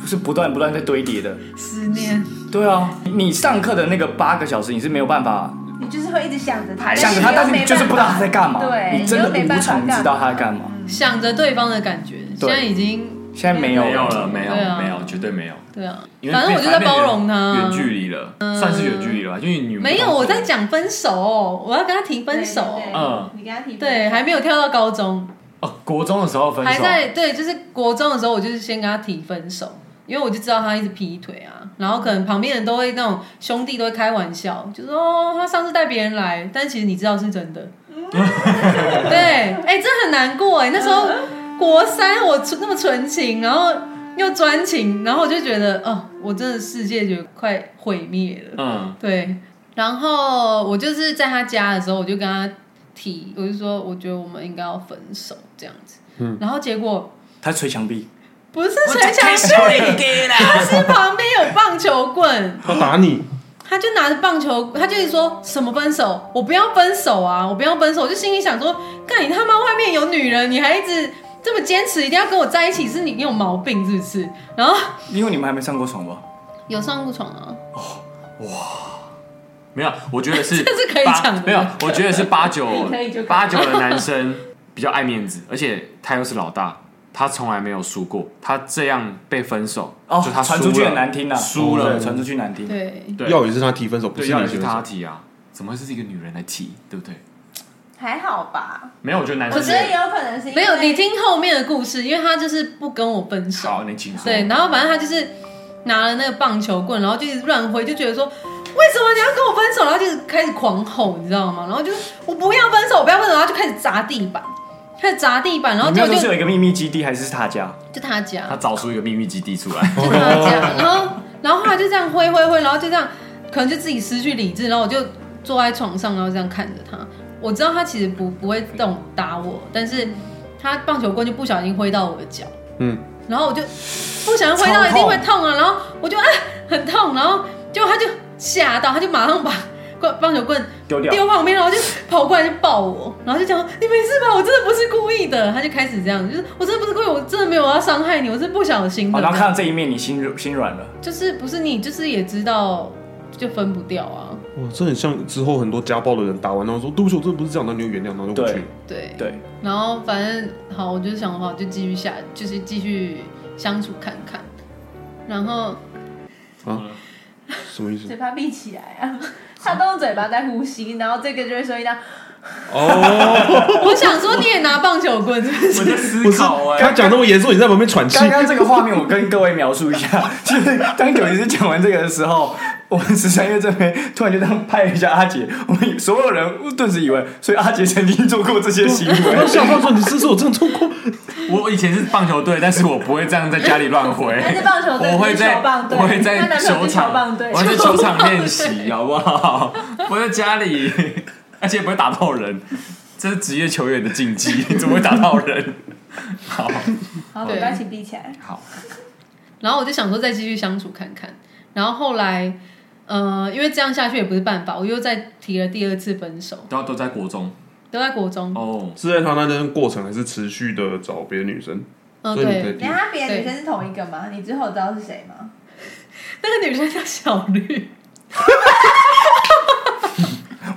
S1: 是不断不断在堆叠的。
S5: 思念
S1: 对啊，你上课的那个八个小时，你是没有办法
S6: 你就是会一直想着他，
S1: 想着他，但是
S6: 你
S1: 你
S6: 又
S1: 就是不知道他在
S6: 没办法
S1: 干嘛，
S6: 对，
S1: 你真的
S6: 又没
S1: 无
S6: 办法
S1: 从
S6: 干嘛嗯
S1: 知道他在干嘛。
S5: 想着对方的感觉，现在已经
S1: 现在没有
S4: 没有了，没有，
S5: 对啊
S4: 没有，绝对没有。
S5: 对啊，
S4: 因为
S5: 反正我就在包容他。嗯
S4: 远距离了，算是远距离了吧，因为你们
S5: 没有，我在讲分手，我要跟他提分手。
S6: 对对对
S4: 嗯
S6: 你跟他提分手
S5: 对，还没有跳到高中，
S4: 哦，国中的时候分手，
S5: 还在对，就是国中的时候，我就是先跟他提分手，因为我就知道他一直劈腿啊，然后可能旁边人都会那种兄弟都会开玩笑，就说哦，他上次带别人来，但其实你知道 是真的。对，哎、这很难过哎、那时候国三我纯那么纯情，然后又专情，然后我就觉得哦，我真的世界就快毁灭了。
S4: 嗯，
S5: 对，然后我就是在他家的时候，我就跟他提，我就说我觉得我们应该要分手这样子。嗯，然后结果
S1: 他捶墙壁，
S5: 不是陈翔修理，他是旁边有棒球棍，
S2: 他打你，
S5: 他就拿着棒球，他就是说什么分手，我不要分手啊，我不要分手，我就心里想说，干你他妈外面有女人，你还一直这么坚持一定要跟我在一起，是你你有毛病是不是？然后
S1: 因为你们还没上过床吧？
S5: 有上过床啊，
S4: 没有，我觉得 是
S5: 这是可以
S4: 八
S5: 讲的
S4: 没有，我觉得是八九
S6: 可以就可以
S4: 八九的男生比较爱面子，而且他又是老大，他从来没有输过，他这样被分手，
S1: 哦
S4: 就他，
S1: 传出
S4: 输
S1: 去
S4: 了
S1: 很难听啊，
S4: 输了
S1: 对传出去难听。
S5: 对，
S4: 对
S2: 要也是他提分手，不
S4: 对，
S2: 是
S4: 要也
S2: 你
S4: 是
S2: 提分
S4: 他
S2: 手。
S4: 提啊，怎么会是一个女人来提，对不对？
S6: 还好吧？
S4: 没有，我觉得男
S6: 我
S4: 生
S6: 觉得也有可能是因为
S5: 没有，你听后面的故事，因为他就是不跟我分手，
S4: 好，你请说。
S5: 对，然后反正他就是拿了那个棒球棍，然后就一直乱挥，就觉得说为什么你要跟我分手，然后就开始狂吼，你知道吗？然后就我不要分手，我不要分手，然后就开始砸地板，开始砸地板，然后
S1: 你
S5: 结
S1: 们
S5: 果
S1: 说是
S5: 就
S1: 有一个秘密基地，还是是他家？
S5: 就他家，
S4: 他找出一个秘密基地出来，
S5: 就 跟
S1: 哦
S5: 他讲，然后然后后来就这样挥挥挥，然后就这样，可能就自己失去理智，然后我就坐在床上，然后这样看着他。我知道他其实不不会动打我，但是他棒球棍就不小心挥到我的脚，
S2: 嗯，
S5: 然后我就不小心挥到一定会痛啊，然后我就啊很痛，然后结果他就吓到，他就马上把棍棒球棍
S1: 丢掉。
S5: 丢旁边，然后就跑过来就抱我，然后就讲说你没事吧？我真的不是故意的。他就开始这样，就是我真的不是故意，我真的没有要伤害你，我是不小心的。
S1: 哦好，然后看到这一面，你心软心软了。
S5: 就是不是你，就是也知道就分不掉啊，
S2: 哇，这很像之后很多家暴的人打完，然后说对不起，我真的不是这样，然后你就原谅，然后就回去
S1: 对。
S5: 对。
S1: 对，
S5: 然后反正好，我就想好就继续下，就是继续相处看看。然后
S2: 什么意思
S6: 嘴？巴闭起来啊， 他都用嘴巴在呼吸，然后这个就会说一道，
S2: 哦，
S5: 我想说你也拿棒球 棍是不
S4: 我
S5: 是？
S4: 在
S2: 不
S4: 思
S2: 是
S4: 考哎、，
S2: 他讲那么严肃，你在旁边喘气
S1: 欸刚。刚这个画面，我跟各位描述一下，就是当九一师讲完这个的时候，我们十三月这边突然就这样拍了一下阿杰，我们所有人顿时以为，所以阿杰曾经做过这些行
S2: 我要
S1: 为。
S2: 想到说，你是不是我真的做过？
S4: 我以前是棒球队，但是我不会这样在家里乱挥。
S6: 他是棒球队，
S4: 我会
S6: 你是
S4: 在
S6: 球棒队，
S4: 我会
S6: 他
S4: 在
S6: 男朋友
S4: 球
S6: 是球
S4: 场
S6: 棒，队，
S4: 我会在球 场练习，好不好？ 我在家里，而且不会打到人，这是职业球员的禁忌， 怎么会打到人？ 好
S6: 好，
S5: 对
S6: 嘴巴请闭起来。
S4: 好，
S5: 然后我就想说再继续相处看看。然后后来，呃，因为这样下去也不是办法，我又再提了第二次分手，
S4: 都要都在国中
S5: 都在国中。
S4: 哦，
S2: 是在他那段过程，还是持续的找别的女生？
S5: 嗯，
S2: 所以你可以
S5: 对，
S6: 等一下他别的女生是同一个吗？你之后知道是谁吗？
S5: 那个女生叫小绿。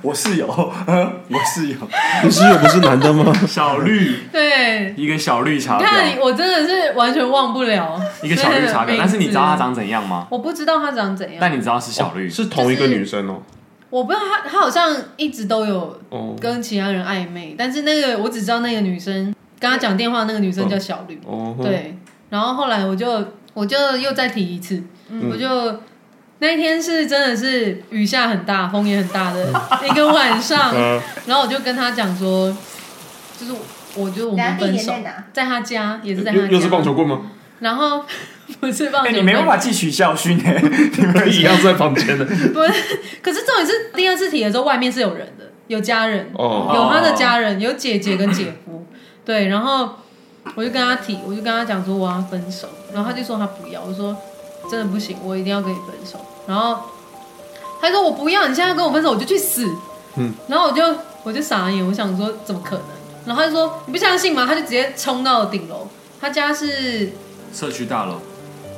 S1: 我室 友，我室友，
S2: 你室友不是男的吗？
S4: 小绿，
S5: 对，
S4: 一个小绿茶
S5: 你
S4: 婊，
S5: 看我真的是完全忘不了
S4: 一个小绿茶婊。但是你知道她，长怎样吗？
S5: 我不知道她长怎样，
S4: 但你知道是小绿，
S2: 是同一个女生哦。
S5: 我不知道他，他好像一直都有
S2: 哦
S5: 跟其他人暧昧，但是那个我只知道那个女生跟他讲电话，那个女生叫小绿，
S2: 哦，，
S5: 对。然后后来我就我就又再提一次，我就那一天是真的是雨下很大，风也很大的一个晚上，
S2: 呃，
S5: 然后我就跟他讲说，就是我我觉得我
S6: 等一下
S5: 们
S6: 地
S5: 分
S6: 点
S5: 手
S6: 在，哪？
S5: 在他家也是在他
S2: 又
S5: 家，
S2: 又是棒球棍吗？
S5: 然后 不是棒
S1: 哎、
S5: 球，
S1: 你没办法汲取教训哎、你们
S2: 一样是在房间的。
S5: 不是，可是重点是第二次提的时候，外面是有人的，有家人，
S2: 哦
S5: 有他的家人，有姐姐跟姐夫，对，然后我就跟他提，我就跟他讲说我要分手，然后他就说他不要，我说真的不行，我一定要跟你分手，然后他说我不要，你现在跟我分手我就去死，
S2: 嗯，
S5: 然后我就我就傻眼，我想说怎么可能，然后他就说你不相信吗？他就直接冲到顶楼，他家是
S4: 社区大楼，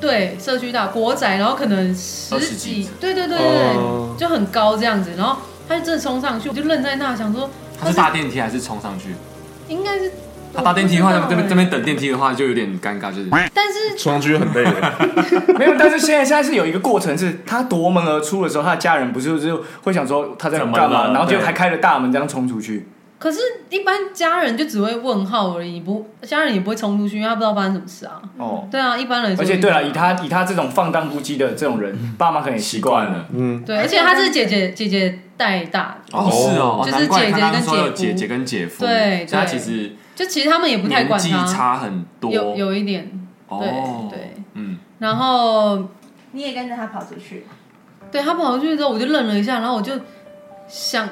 S5: 对，社区大国宅，然后可能十
S4: 二十几
S5: 几，对对对对，
S2: 哦
S5: 就很高这样子。然后他就真的冲上去，我就愣在那想说，
S4: 他是搭电梯还是冲上去？
S5: 应该是
S4: 他搭电梯的话，
S5: 我
S4: 这
S5: 不知道
S4: 边
S5: 欸
S4: 这边等电梯的话就有点尴尬，就是
S5: 但是
S2: 冲上去就很累了。
S1: 没有，但是现在现在是有一个过程，是他夺门而出的时候，他的家人不是就是会想说他在
S2: 怎么
S1: 干嘛，
S2: 了
S1: 然后就
S2: 对
S1: 还开了大门这样冲出去。
S5: 可是，一般家人就只会问号而已，不，家人也不会冲出去，因为他不知道发生什么事啊。
S1: 哦，
S5: 对啊，一般人。
S1: 而且对了，以，他以他这种放荡不羁的这种人，爸妈可能也习惯了。
S2: 嗯，
S5: 对，而且他是姐姐姐姐带大的，
S4: 哦是哦，
S5: 就是
S4: 难怪
S5: 姐姐
S4: 他刚刚
S5: 跟
S4: 说有
S5: 姐夫
S4: 姐姐跟姐夫，
S5: 对
S4: 所以他
S5: 对
S4: 其实
S5: 就其实他们也不太
S4: 年
S5: 管
S4: 纪
S5: 他，
S4: 差很多，
S5: 有有一点，
S4: 哦，
S5: 对对，
S4: 嗯，
S5: 然后
S6: 你也跟着他跑出去，
S5: 对他跑出去之后，我就愣了一下，然后我就想，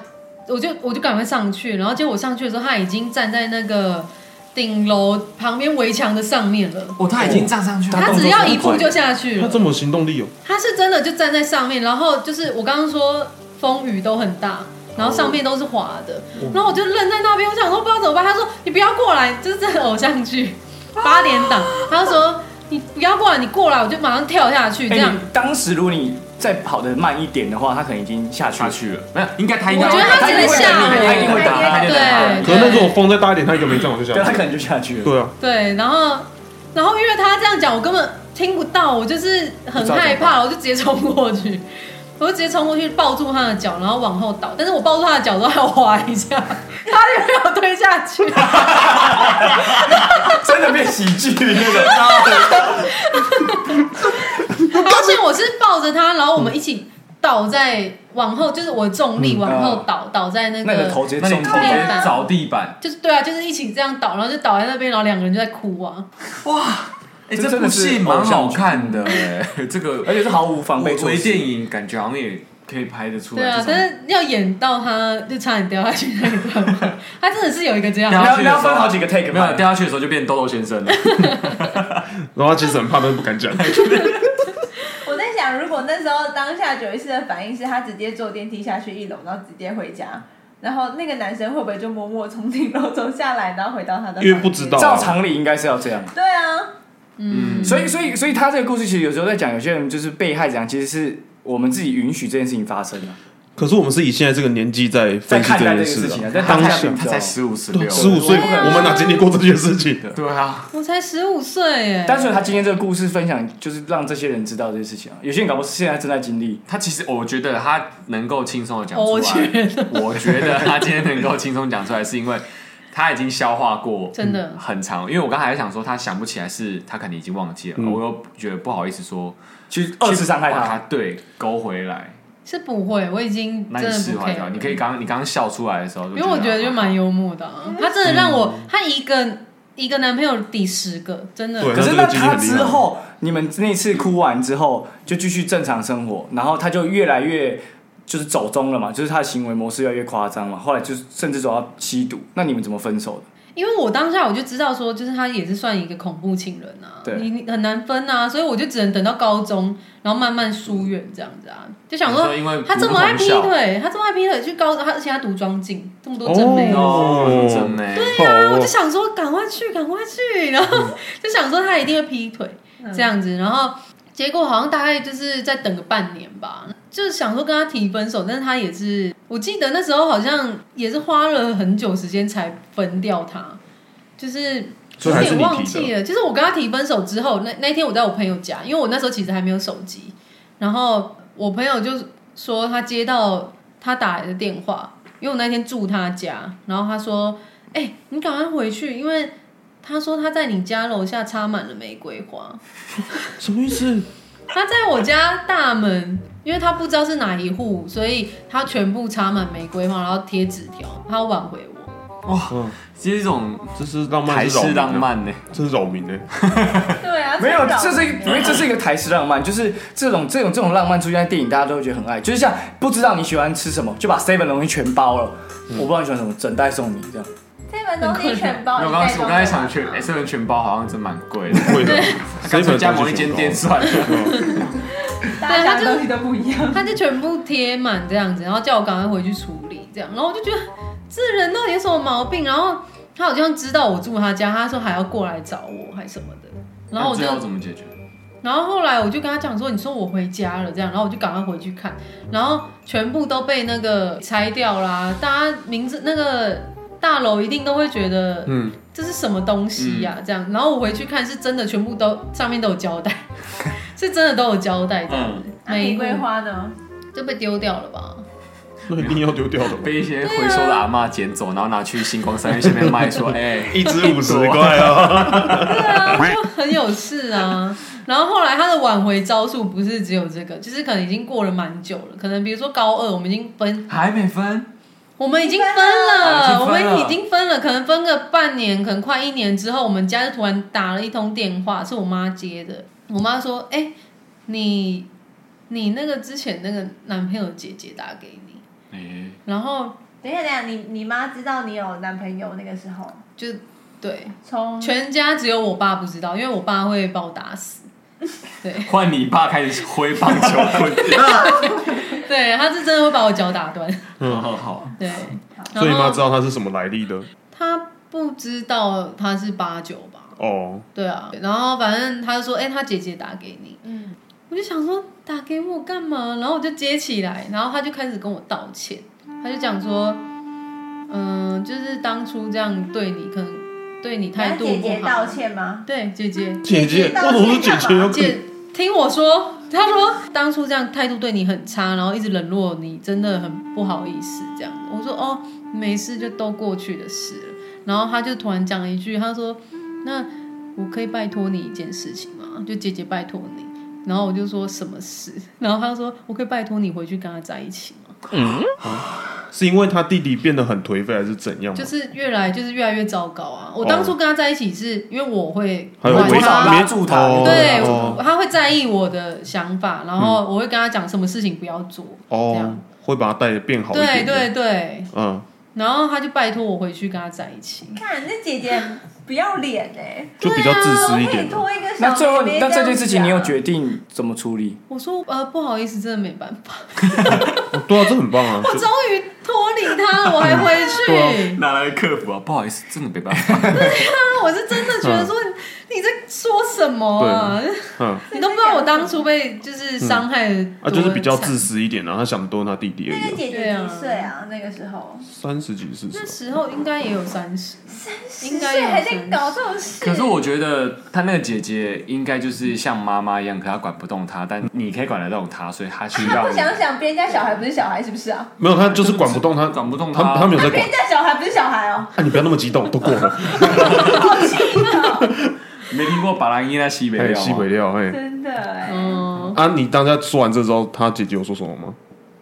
S5: 我就我就赶快上去，然后结果我上去的时候，他已经站在那个顶楼旁边围墙的上面了，
S4: 哦，他已经站上去了，哦
S5: 他只要一步就下去了
S2: 他。这么有行动力哦，
S5: 他是真的就站在上面，然后就是我刚刚说风雨都很大，然后上面都是滑的，然后我就愣在那边，我想说不知道怎么办。他说你不要过来，这是真的偶像剧八点档。他说你不要过来，你过来我就马上跳下去这
S1: 哎、
S5: 样
S1: 你。当时如果你再跑得慢一点的话，他可能已经下去
S4: 下
S1: 了。
S4: 去了，没有，应该他应
S5: 我
S4: 该
S5: 觉得他
S1: 他
S5: 只
S1: 一
S5: 能
S1: 定会
S5: 吓
S1: 等你的他一定
S5: 我，
S1: 会等你的他一定会等
S5: 对，
S2: 可能那时候风再大一点，他一个没站我就下
S1: 对，他
S2: 来。
S1: 可能就下去了。
S2: 对啊，
S5: 对，然后然后因为他这样讲，我根本听不到，我就是很害怕，我就直接冲过去，我就直接冲过去抱住他的脚，然后往后倒。但是我抱住他的脚之后，还要滑一下，他也没有推下去，
S1: 真的变喜剧那种。
S5: 而且我是 抱着他，然后我们一起倒在往后，就是我重力往后倒，倒在那
S1: 嗯那个头
S5: 个。
S1: 直接
S4: 那你
S1: 冲哎
S4: 直
S1: 头，
S4: 接着地板，
S5: 就是对啊，就是一起这样倒，然后就倒在那边，然后两个人就在哭啊。
S4: 哎，
S1: 这
S4: 这
S1: 真
S4: 部
S1: 的是
S4: 戏蛮好看的，哎这个
S1: 而且是毫无防备
S4: 微
S1: 措
S4: 微
S1: 施。
S4: 电影感觉好像也可以拍得出
S5: 对
S4: 来
S5: 啊
S4: 这，种，
S5: 但是要演到他就差点掉下去那一 段，他真的是有一个这样
S4: 掉
S1: 你
S4: 下
S1: 要
S4: 去
S1: 你
S4: 的时
S1: 要
S4: 候
S1: 分好几个 take
S4: 没有
S1: 吗？
S4: 掉下去的时候就变豆豆先生了，
S2: 然后他其实很怕，但是不敢讲。
S6: 我在想，如果那时候当下九一四的反应是他直接坐电梯下去一楼，然后直接回家，然后那个男生会不会就默默从顶楼走下来，然后回到他的房间？
S2: 因为不知道
S1: 照常理应该是要这样。
S6: 对啊，
S5: 嗯，
S1: 所以，所以，所以他这个故事其实有时候在讲，有些人就是被害者，其实是我们自己允许这件事情发生的，
S2: 可是我们是以现在这个年纪在
S1: 在
S2: 分析
S1: 看待
S2: 这
S1: 这
S2: 件
S1: 个事
S2: 事
S1: 情啊，
S2: 啊。
S1: 在
S2: 当
S1: 当
S2: 下
S1: 下
S4: 他才十五十六，
S2: 十五岁，我们哪经历过这件事情？
S4: 对啊，
S5: 我才十五岁耶，
S1: 但是他今天这个故事分享，就是让这些人知道这些事情啊。有些人搞不好现在正在经历，
S4: 他其实我觉得他能够轻松的讲出
S5: 我
S4: 来
S5: 觉，
S4: 我觉得他今天能够轻松讲出来，是因为他已经消化过
S5: 真
S1: 嗯
S5: 的
S4: 很长，因为我刚才还想说他想不起来，是他肯定已经忘记了，
S5: 嗯
S4: 我又觉得不好意思说
S1: 去二次伤害
S4: 把
S1: 他
S4: 他，对勾回来，
S5: 是不会，我已经
S4: 那
S5: 真
S4: 你
S5: 的
S4: 释
S5: 不
S4: 怀掉。
S5: care。
S4: 你可以刚你刚刚笑出来的时候，因
S5: 因为我觉得就蛮幽默的、啊，他真的让我，
S1: 嗯
S5: 他一个一个男朋友抵十个，真的。
S2: 对
S1: 可是那
S2: 那这个经历
S1: 他
S2: 很厉害
S1: 之后，你们那次哭完之后，就继续正常生活，然后他就越来越就是走中了嘛，就是他的行为模式越来越夸张嘛，后来就是甚至走到吸毒。那你们怎么分手的？
S5: 因为我当下我就知道说，就是他也是算一个恐怖情人啊，
S1: 对
S5: 你你很难分啊，所以我就只能等到高中，然后慢慢疏远这样子啊，就想
S4: 你
S5: 说
S4: 说因为
S5: 他这么爱劈
S4: 读不同
S5: 腿，他这么爱劈腿去高，他而且他读装进这么多正妹，
S4: 哦，真的，
S2: 对
S5: 然啊后我就想说赶快去，赶快去，然后
S2: 嗯
S5: 就想说他一定会劈腿这样子，然后结果好像大概就是再等个半年吧，就是想说跟他提分手，但是他也是，我记得那时候好像也是花了很久时间才分掉他，就是。
S2: 所
S5: 有
S2: 以还是
S5: 点
S2: 你提的
S5: 忘记了，就是我跟他提分手之后，那那一天我在我朋友家，因为我那时候其实还没有手机，然后我朋友就说他接到他打来的电话，因为我那天住他家，然后他说：“哎、你赶快回去，因为他说他在你家楼下插满了玫瑰花，
S2: 什么意思？
S5: 他在我家大门，因为他不知道是哪一户，所以他全部插满玫瑰花，然后贴纸条，他要挽回我。”
S4: 其实这种
S2: 这是浪漫，
S4: 台
S2: 是扰
S4: 式
S2: 民
S4: 浪
S2: 啊，
S4: 漫呢，
S2: 这是扰民呢。
S6: 对啊，
S1: 没有
S6: 真，的
S1: 这是因为这是一个台式浪漫，就是这种这种这种浪漫出现在电影，大家都会觉得很爱。就是像不知道你喜欢吃什么，就把 seven 东西全包了。我不知道你喜欢什么，整袋送你这样。
S6: 这门东西全
S5: 哦
S6: 包，
S4: 没有我
S6: 你
S4: 刚
S6: 带
S4: 刚我刚才
S6: 走
S4: 想
S6: 就
S4: 全
S6: 好
S4: S 人全包好像真蛮贵的，
S2: 会的，
S4: 干脆
S2: seven
S4: 加
S2: 东西
S4: 盟一间
S2: 全
S4: 店
S2: 包
S4: 算了。
S6: 大家想的东西都不一样。
S5: 他就全部贴满这样子，然后叫我赶快回去处理这样，然后我就觉得这人到底有什么毛病？然后他好像知道我住他家，他说还要过来找我还什么的，然后我就
S4: 最后怎么解决？
S5: 然后后来我就跟他讲说，你说我回家了这样，然后我就赶快回去看，然后全部都被那个拆掉啦。大家名字那个大楼一定都会觉得，嗯，这是什么东西呀、这样，然后我回去看是真的，全部都上面都有胶带，嗯是真的都有胶带这样子。
S6: 那
S5: 每一
S6: 玫
S5: 户
S6: 瑰花呢？
S5: 哦就被丢掉了吧？
S2: 那一定要丢掉的吧？
S4: 被一些回收的阿嬷捡走，然后拿去星光三月下面卖，说：“哎，
S2: 一只五十块啊！
S5: 很有事啊。然后后来他的挽回招数不是只有这个，就是可能已经过了蛮久了，可能比如说高二我们已经分，
S4: 还没分，
S5: 我们已经分了，我
S4: 啊已经分了
S5: 们已经分了，可能分个半年，可能快一年之后，我们家就突然打了一通电话，是我妈接的，我妈说：“哎、你你那个之前那个男朋友姐姐打给你，
S4: 哎，
S5: 然后
S6: 等一下，等一下，你你妈知道你有男朋友那个时候，
S5: 就对，
S6: 从
S5: 全家只有我爸不知道，因为我爸会把我打死。” 对，
S4: 换你爸开始挥棒球棍，
S5: 对，他是真的会把我脚打断。
S4: 好好好，
S5: 对，
S2: 嗯所以你妈
S5: 然
S2: 知
S5: 后
S2: 道他是什么来历的
S5: 他不知道他是八九吧？
S2: 哦。
S5: 对啊，然后反正他就说，哎、他姐姐打给你，
S6: 嗯，
S5: 我就想说打给我干嘛？然后我就接起来，然后他就开始跟我道歉，他就讲说，嗯、就是当初这样对你，可能对你态
S6: 她
S5: 度
S6: 姐
S5: 不
S6: 姐道。
S5: 好
S6: 歉吗？
S5: 对，姐姐，
S2: 姐姐，
S6: 道
S2: 我怎么是姐
S6: 歉
S2: 姐
S6: 干嘛
S2: 要
S5: 姐，听我说，他说当初这样态度对你很差，然后一直冷落你，真的很不好意思。这样，我说哦，没事，就都过去的事了。然后他就突然讲了一句，他说：“那我可以拜托你一件事情吗？就姐姐拜托你。”然后我就说什么事？ 然后他说：“我可以拜托你回去跟他在一起吗？
S2: 是因为他弟弟变得很颓废，还是怎样吗？
S5: 就是越来就是越来越糟糕啊！我当初跟他在一起是因为我会
S2: 还有
S5: 管
S2: 围
S5: 他
S2: 绕
S7: 拉住他
S2: 哦
S5: 对，
S2: 哦
S5: 他会在意我的想法，然后我会跟他讲什么事情不要做。
S2: 嗯
S5: 这
S2: 哦
S5: 样，
S2: 会把他带的变好一
S5: 对
S2: 点。，
S5: 对对，
S2: 嗯，
S5: 然后他就拜托我回去跟他在一起。
S6: 看那姐姐很不要脸哎，
S2: 就比较自私一点
S6: 我可以拖一个小
S7: 那最后，
S6: 妹妹
S7: 那这
S6: 样啊
S7: 件
S1: 啊
S7: 事情你有
S6: 讲
S7: 决定怎么处理？
S5: 我说呃不好意思，真的没办 法，
S2: 哦对啊，这很棒 啊！
S5: 我终于脱离他了，我还回 去。
S4: 拿来克服啊，不好意思，真的没办法，
S5: 那我是真的觉得说你你在说什么啊？
S2: 嗯，
S5: 你都不知道我当初被就是伤害的
S2: 啊，就是比较自。私一点啊，他想多他弟弟而
S6: 那
S2: 已
S6: 个
S2: 啊，
S6: 姐
S5: 对
S6: 姐
S5: 啊
S6: 几岁啊？那个时候
S2: 三十几四
S5: 那
S2: 十，
S5: 时候应该也有三十，
S6: 十
S5: 应该
S6: 岁
S5: 有
S6: 还
S5: 三
S6: 在
S5: 十
S6: 搞这种事。
S4: 可是我觉得他那个姐姐应该就是像妈妈一样，可她管不动她，但你可以管得动她，所以她需
S6: 他
S4: 要
S6: 不
S4: 你。
S6: 想想别人家小孩不是小孩是不是啊？
S2: 没有他就是管不动他，
S4: 管不动
S2: 他
S4: 他
S2: 他没有在
S6: 别
S2: 管
S6: 人。家小孩不是小孩哦，
S2: 啊，你不要那么激动，都过 了，
S6: 好气哦，
S4: 没听过巴拉伊那西北啊
S2: 哎，
S4: 料吗
S2: 西北料，哎，
S6: 真的哎。
S7: 哦
S5: 嗯，
S2: 啊，你当下说完这之后，他姐姐有说什么吗？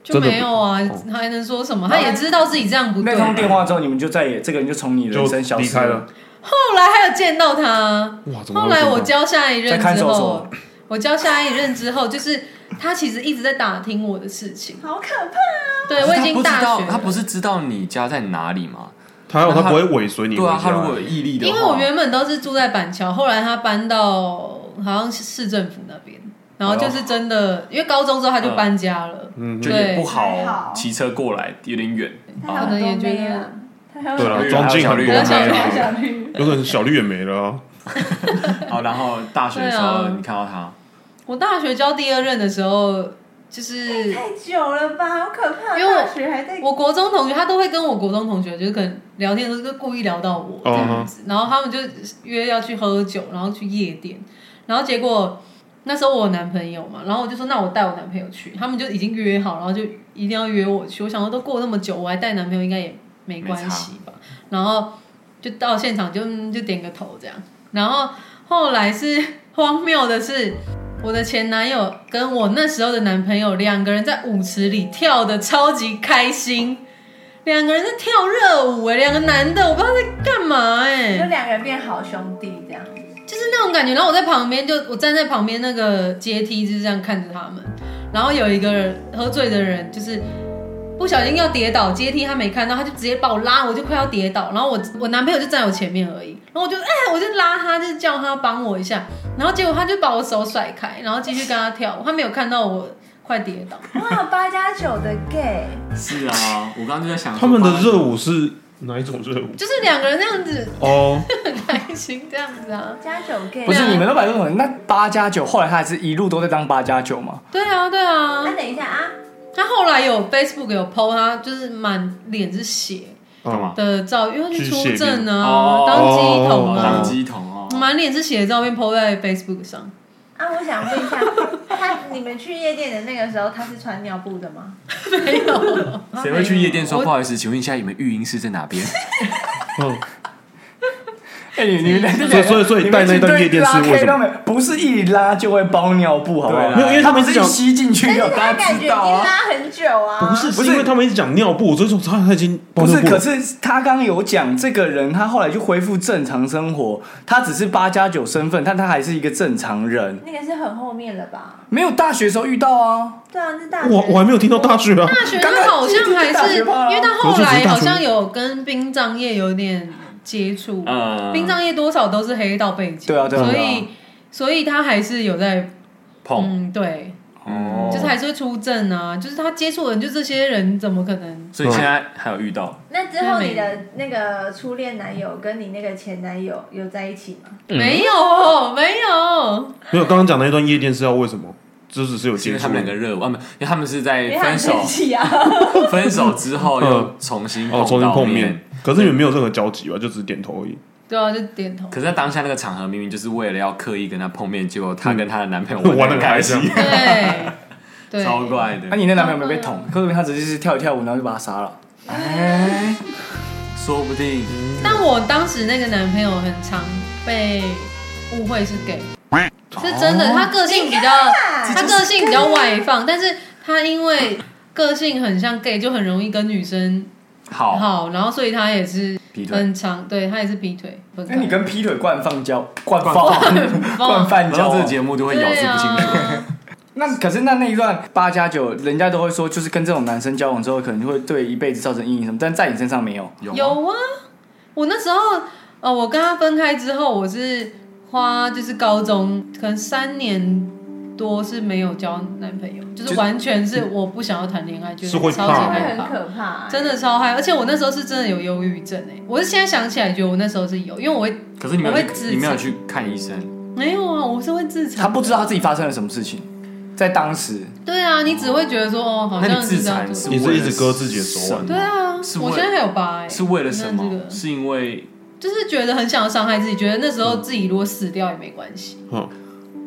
S5: 就没有啊，还能说什么？他也知道自己这
S6: 嗯
S5: 样不对
S7: 哦那
S5: 啊。
S7: 通电话之后，你们就再也这个人就从你
S2: 就
S7: 人生消
S2: 离
S7: 失
S2: 开了。。
S5: 后来还有见到他，
S2: 哇，怎么
S5: 后
S2: 会这样？啊
S5: 来我教下一任
S7: 在看
S5: 之
S7: 守
S5: 后
S7: 所，
S5: 我教下一任之后，就是他其实一直在打听我的事情。
S6: 好可怕！
S5: 对我已经大学了，
S4: 他不是知道你家在哪里吗？
S2: 他还有他不会尾随你回
S4: 对
S2: 家欸
S4: 啊，他如果有毅力的话，
S5: 因为我原本都是住在板桥，后来他搬到好像是市政府那边，然后就是真的，因为高中之后他就搬家了，
S2: 嗯，
S4: 就也不
S6: 还
S4: 好
S6: 好
S4: 骑车过来，有点远
S6: 他
S5: 可
S4: 啊。
S5: 能
S6: 有
S5: 也
S6: 很多
S5: 觉
S6: 妹啊
S5: 得，
S6: 他有
S2: 对了，
S4: 小绿
S2: 装进很多
S4: 还有
S5: 小绿
S2: 妹
S5: 还
S2: 啊
S5: 有，
S6: 小绿，
S2: 有可能小绿也没了 啊。
S4: 好，然后大学的时
S5: 对
S4: 候
S5: 啊
S4: 你看到他，
S5: 我大学教第二任的时候，就是
S6: 太久了吧，好可怕！
S5: 因为我
S6: 大学还在
S5: 我国中同学，他都会跟我国中同学，就是可能聊天的时候就故意聊到我
S2: 啊
S5: 这样子然后他们就约要去喝酒，然后去夜店，然后结果那时候我有男朋友嘛，然后我就说那我带我男朋友去， 他们就已经约好，然后就一定要约我去。我想说都过那么久，我还带男朋友应该也没关系吧，然后就到现场就嗯就点个头这样，然后后来是 荒谬的是。我的前男友跟我那时候的男朋友两个人在舞池里跳的超级开心，两个人在跳热舞哎、两个男的我不知道在干嘛哎、
S6: 就两个人变好兄弟这样。
S5: 就是那种感觉。然后我在旁边就我站在旁边那个阶梯就是这样看着他们，然后有一个人喝醉的人就是。不小心要跌倒，阶梯他没看到，他就直接把我拉，我就快要跌倒。然后我我男朋友就站我前面而已，然后我就哎、我就拉他，就是叫他帮我一下。然后结果他就把我手甩开，然后继续跟他跳舞，他没有看到我快跌倒。
S6: 哇，八加九的 gay，
S4: 是啊，我刚刚就在想说，
S2: 他们的
S4: 巴拉
S2: 热舞是哪一种热舞？
S5: 就是两个人那样子
S2: 哦，
S5: 很 开心这样子啊。
S6: 加九 K，
S1: 不是你们都摆这种，那八加九后来他还是一路都在当八加九
S6: 嗯
S1: 嘛？
S5: 对啊，对啊
S6: 那。等一下啊，
S5: 他后来有 Facebook 有 PO 他，就是满脸是血
S2: 干嘛？
S5: 的照片，因为去
S2: 去血
S5: 出证
S4: 哦
S5: 啊，当鸡桶
S4: 当
S5: 啊，
S4: 机桶哦，
S5: 满脸是血的照片 PO 在 Facebook 上。
S6: 啊，我想问一下， 他你们去夜店的那个时候，他是穿尿布的吗？
S4: 谁会去夜店说
S5: 嗯我
S4: 不好意思，请问一下你们育婴室在哪边？
S2: 嗯，
S1: 哎、你 你们
S2: 所以所以所以带那段夜店是为什么？
S1: 么？不是一拉就会包尿布，好不好？
S2: 没有因为他们是
S1: 是
S2: 讲
S1: 吸进去要哎大
S6: 啊他
S1: 家
S6: 感觉已
S1: 知
S6: 经
S1: 道啊。
S6: 拉很久啊，
S2: 不是，
S1: 不是
S2: 是因为他们一直讲尿布，所以说他他已经
S1: 不是，
S2: 尿布
S1: 可是他刚刚有讲，这个人他后来就恢复正常生活，他只是八加九身份，但他还是一个正常人。
S6: 那个是很后面了吧？
S1: 没有大学时候遇到啊，
S6: 对啊，是大学
S2: 我我还没有听到大学啊，
S5: 大学他好像还是，因
S1: 啊
S5: 为他后来好像有跟殡葬业有点接触，
S4: 嗯，
S5: 殡葬业多少都是黑道背景，
S1: 对啊对啊
S5: 所
S1: 对
S5: 以所以他还是有在，
S4: 碰，
S5: 嗯，对，
S4: 哦，
S5: 就是还是会出证啊，就是他接触的人就这些人，怎么可能？
S4: 所以现在还有遇到，
S6: 那之后你的那个初恋男友跟你那个前男友有在一起吗？
S4: 嗯
S5: 没有，没有，
S2: 没有。刚刚讲那一段夜店是要为什么？这只是
S5: 嗯
S2: 有
S4: 因
S2: 接
S4: 为
S2: 触
S4: 他们两个热舞，啊，没有，因为他们是在
S6: 因为他
S4: 分
S6: 很生
S4: 手
S6: 气啊，
S4: 分手之后又
S2: 嗯
S4: 重新
S2: 哦，重新
S4: 到
S2: 碰
S4: 面
S2: 面。，可是你们没有任何交集吧？就只是点头而已。
S5: 对啊，就点头。
S4: 可是在当下那个场合，明明就是为了要刻意跟她碰面，结果她跟她的男朋 友
S2: 嗯 玩
S4: 得
S2: 得很
S4: 很开
S2: 开
S4: 心
S2: 心，哎
S5: 对，对，
S4: 超怪
S1: 那、
S4: 的。
S1: 你那男朋友有没有
S6: 嗯
S1: 被捅？可是他只是跳一跳舞，然后就把他杀了。
S4: 哎，说不定
S5: 但我当时那个男朋友很常被误会是 gay，是真的。他个性比较，他个性比较外放，但是他因为个性很像 gay，就很容易跟女生
S4: 好
S5: 好，嗯然后所以他也是
S4: 劈腿，
S5: 很常，对他也是劈腿分
S1: 那
S4: 哎
S5: 开。
S1: 哎你跟劈腿惯放交 惯放惯犯
S4: 然
S1: 交
S4: 后这个
S1: 哦、
S4: 节目 就会咬
S5: 对
S4: 字不清楚。
S5: 啊，
S1: 那可是那那一段八加九，人家都会说，就是跟这种男生交往之后，可能会对一辈子造成阴影什么，但在你身上没有。
S4: 有吗
S5: 有啊，我那时候呃，我跟他分开之后，我是花就是高中可能三年多是没有交男朋友，就是
S1: 就
S5: 完全是我不想要谈恋爱，就是
S2: 是会
S5: 超级
S2: 怕
S6: 会
S5: 害
S6: 很
S5: 怕。
S6: 可怕、哎
S5: 真的。超害，而且我那时候是真的有忧郁症哎、我是现在想起来觉得我那时候是有，因为我会
S4: 可是你没有
S5: 我会自
S4: 去，
S5: 残
S4: 你没有去看医生，
S5: 没有啊，我是会自
S1: 他
S5: 残。
S1: 不知道他自己发生了什么事情，在当时
S5: 对啊，你只会觉得说哦，好
S4: 那你
S5: 像
S4: 自
S5: 是这样
S4: 残
S5: 做
S4: 是
S5: 的。
S2: 你
S4: 为
S2: 是
S4: 了
S2: 一直割自己的手腕
S5: 对啊，
S4: 是为
S5: 我现在还有疤哎、
S4: 是为了什
S5: 你看这
S4: 么？
S5: 个
S4: 是因为
S5: 就是觉得很想要伤害自己，觉得那时候自己如果死掉也没关系，
S2: 嗯，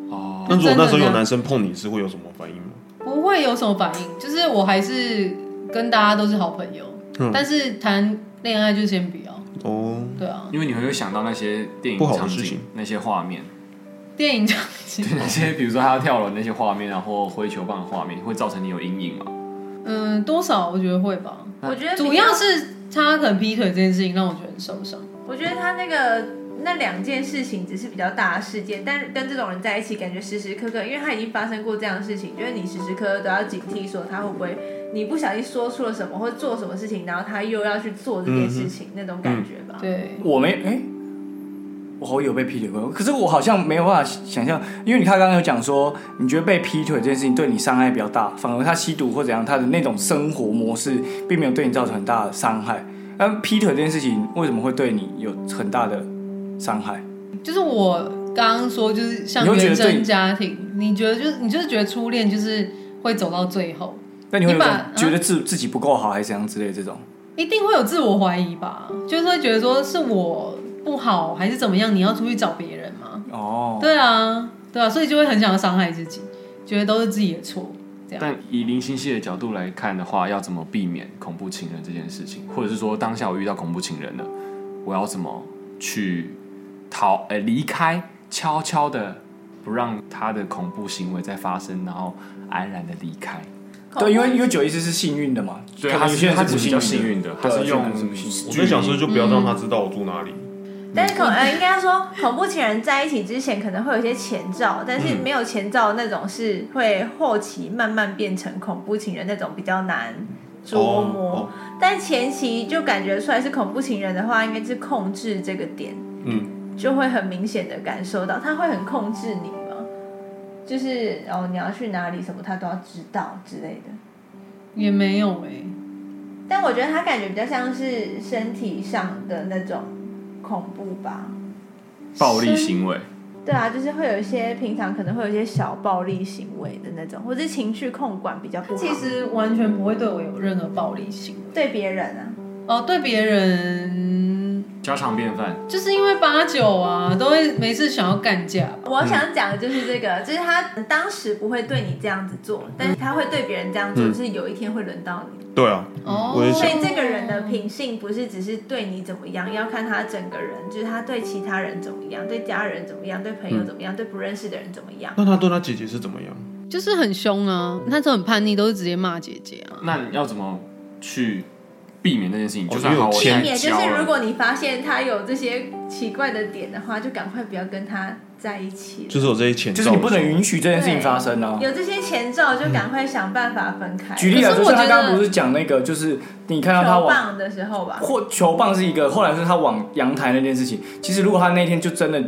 S4: 哦，
S2: 那如果那时候有男生碰你，是会有什么反应吗？
S5: 不会有什么反应。就是我还是跟大家都是好朋友，
S2: 嗯
S5: 但是谈恋爱就先不要。
S2: 哦，
S5: 对啊，
S4: 因为你会想到那些电
S2: 不
S4: 影
S2: 好的
S4: 场
S2: 事
S4: 景
S2: 情、
S4: 那些画面，
S5: 电影场景，
S4: 那些比如说他要跳楼那些画面，然后挥球棒的画面，会造成你有阴影嘛？
S5: 嗯，多少我觉得会吧。
S6: 我觉得
S5: 主要，是他可能劈腿这件事情让我觉得很受伤。
S6: 我觉得他那个那两件事情只是比较大的事件，但是跟这种人在一起，感觉时时刻刻，因为他已经发生过这样的事情，就是你时时刻刻都要警惕，说他会不会你不小心说出了什么，或者做什么事情，然后他又要去做这件事情，那种感觉吧。
S5: 对，
S1: 我没哎、我好像有被劈腿过，可是我好像没有办法想象，因为你看刚刚有讲说，你觉得被劈腿这件事情对你伤害比较大，反而他吸毒或怎样，他的那种生活模式并没有对你造成很大的伤害。那劈腿这件事情为什么会对你有很大的伤害？
S5: 就是我刚刚说，就是像
S1: 你会觉
S5: 原
S1: 得
S5: 生
S1: 对
S5: 家庭，你觉得就是你就是觉得初恋就是会走到最后，
S1: 那你会有
S5: 你把
S1: 种
S5: 啊
S1: 觉得自自己不够好，还是怎样之类的这种？
S5: 一定会有自我怀疑吧？就是会觉得说是我不好还是怎么样？你要出去找别人吗？
S1: 哦，
S5: 对啊，对啊，所以就会很想要伤害自己，觉得都是自己的错。这样
S4: 但以零星系的角度来看的话，要怎么避免恐怖情人这件事情，或者是说当下我遇到恐怖情人了，我要怎么去逃？呃，离开，悄悄的不让他的恐怖行为再发生，然后安然的离开。
S1: 对，因为因为九一四是幸运的嘛，
S4: 对，啊
S1: 可
S4: 他
S1: 能有
S4: 是
S1: 些人
S4: 他
S1: 是
S4: 只
S1: 不
S4: 是比较
S1: 幸
S4: 幸
S1: 运的。
S4: 运的，他啊是用
S2: 我在想说，就不要让他知道我住哪里。
S6: 但是恐呃，应该说恐怖情人在一起之前可能会有一些前兆，但是没有前兆那种是会后期慢慢变成恐怖情人那种比较难捉摸。
S2: 哦
S6: 但前期就感觉出来是恐怖情人的话，应该是控制这个点，
S2: 嗯，
S6: 就会很明显的感受到他会很控制你吗？就是哦，你要去哪里什么，他都要知道之类的。
S5: 也没有哎、
S6: 但我觉得他感觉比较像是身体上的那种恐怖吧。
S4: 暴力行为，
S6: 对啊，就是会有一些平常可能会有一些小暴力行为的那种，或是情绪控管比较不好。
S5: 其实完全不会对我有任何暴力行为。
S6: 对别人啊，
S5: 哦，对别人，
S4: 家常便饭。
S5: 就是因为八九啊，都会每次想要干架吧。
S6: 我想讲的就是这个，就是他当时不会对你这样子做，但是他会对别人这样
S4: 嗯
S6: 做，就是有一天会轮到你。
S2: 对啊，
S5: 哦，
S2: 我也
S6: 所以这个人的品性不是只是对你怎么样，要看他整个人，就是他对其他人怎么样，对家人怎么样，对朋
S4: 嗯
S6: 友怎么样，对不认识的人怎么样。
S2: 那他对他姐姐是怎么样？
S5: 就是很凶啊，那时候很叛逆，都是直接骂姐姐啊。
S4: 那你要怎么去避免这件事情？
S2: 哦
S4: 就算好，我
S2: 因为
S4: 现
S2: 有
S6: 也
S4: 在
S6: 就
S4: 教
S6: 是如
S4: 了，
S6: 果你发现他有这些奇怪的点的话，就赶快不要跟他在一起了。
S2: 就是有这些前兆，
S1: 就是你不能允许这件事情发生啊。
S6: 有这些前兆，就赶快想办法分开。
S1: 举例来
S5: 可是
S1: 说，
S5: 我
S1: 像他
S5: 觉得
S1: 刚刚不是讲那个，就是你看到他
S6: 球
S1: 往
S6: 棒的时候吧，
S1: 或球棒是一个，后来是他往阳台那件事情。其实如果他那天就真的，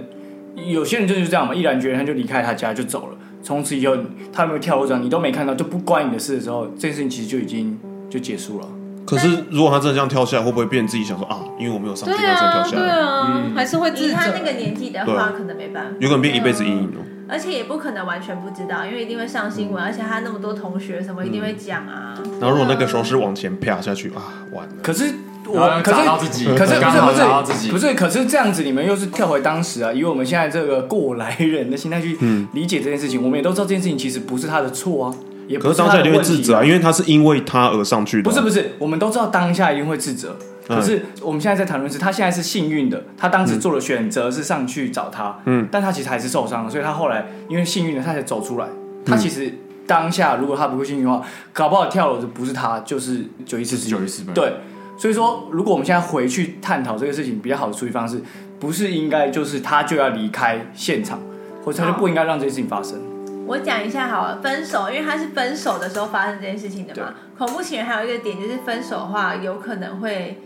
S1: 有些人真的就这样嘛，毅然决然他就离开他家就走了。从此以后，他有没有跳楼转你都没看到，就不关你的事的时候，这件事情其实就已经就结束了。
S2: 可是如果他真的这样跳下来，会不会变成自己想说啊，因为我没有上
S5: 对
S2: 去，他才
S5: 啊
S2: 跳，下
S5: 对
S2: 来？
S5: 啊，还是会自
S6: 以
S5: 责。
S6: 他那个年纪的
S2: 对
S6: 话，
S2: 啊
S6: 可能没办法，
S2: 有可能变一辈子阴影哦。
S6: 而且也不可能完全不知道，因为一定会上
S1: 啊
S6: 新闻，而且他那么多同学什么，一定会讲啊。
S1: 嗯
S2: 然后如果那个时候是往前啪下去啊，完了。
S1: 可是
S4: 然后
S1: 我，
S4: 又
S1: 可是
S4: 砸到自己，
S1: 可是
S4: 刚
S1: 不
S4: 好
S1: 是
S4: 砸到
S1: 不
S4: 自
S1: 是
S4: 己，
S1: 不是，可是这样子，你们又是跳回当时啊，以我们现在这个过来人的心态去
S4: 嗯
S1: 理解这件事情，我们也都知道这件事情其实不是他的错啊，也
S2: 可
S1: 不
S2: 是
S1: 是
S2: 当
S1: 他
S2: 下一
S1: 的
S2: 定
S1: 问
S2: 会
S1: 题
S2: 自责啊，因为他是因为他而上去的
S1: 不
S2: 啊。
S1: 是不是，我们都知道当下一定会自责，可是我们现在在谈论是，他现在是幸运的，他当时做了选择是上去找他，嗯，但他其实还是受伤了，所以他后来因为幸运的他才走出来。他其实当下如果他不会幸运的话，搞不好跳楼的不是他，就是九一四
S4: 九一四本，
S1: 对，所以说如果我们现在回去探讨这个事情，比较好的处理方式，不是应该就是他就要离开现场，或者他就不应该让这件事情发生。
S6: 我讲一下好了，分手，因为他是分手的时候发生这件事情的嘛。恐怖情人还有一个点就是，分手的话有可能会，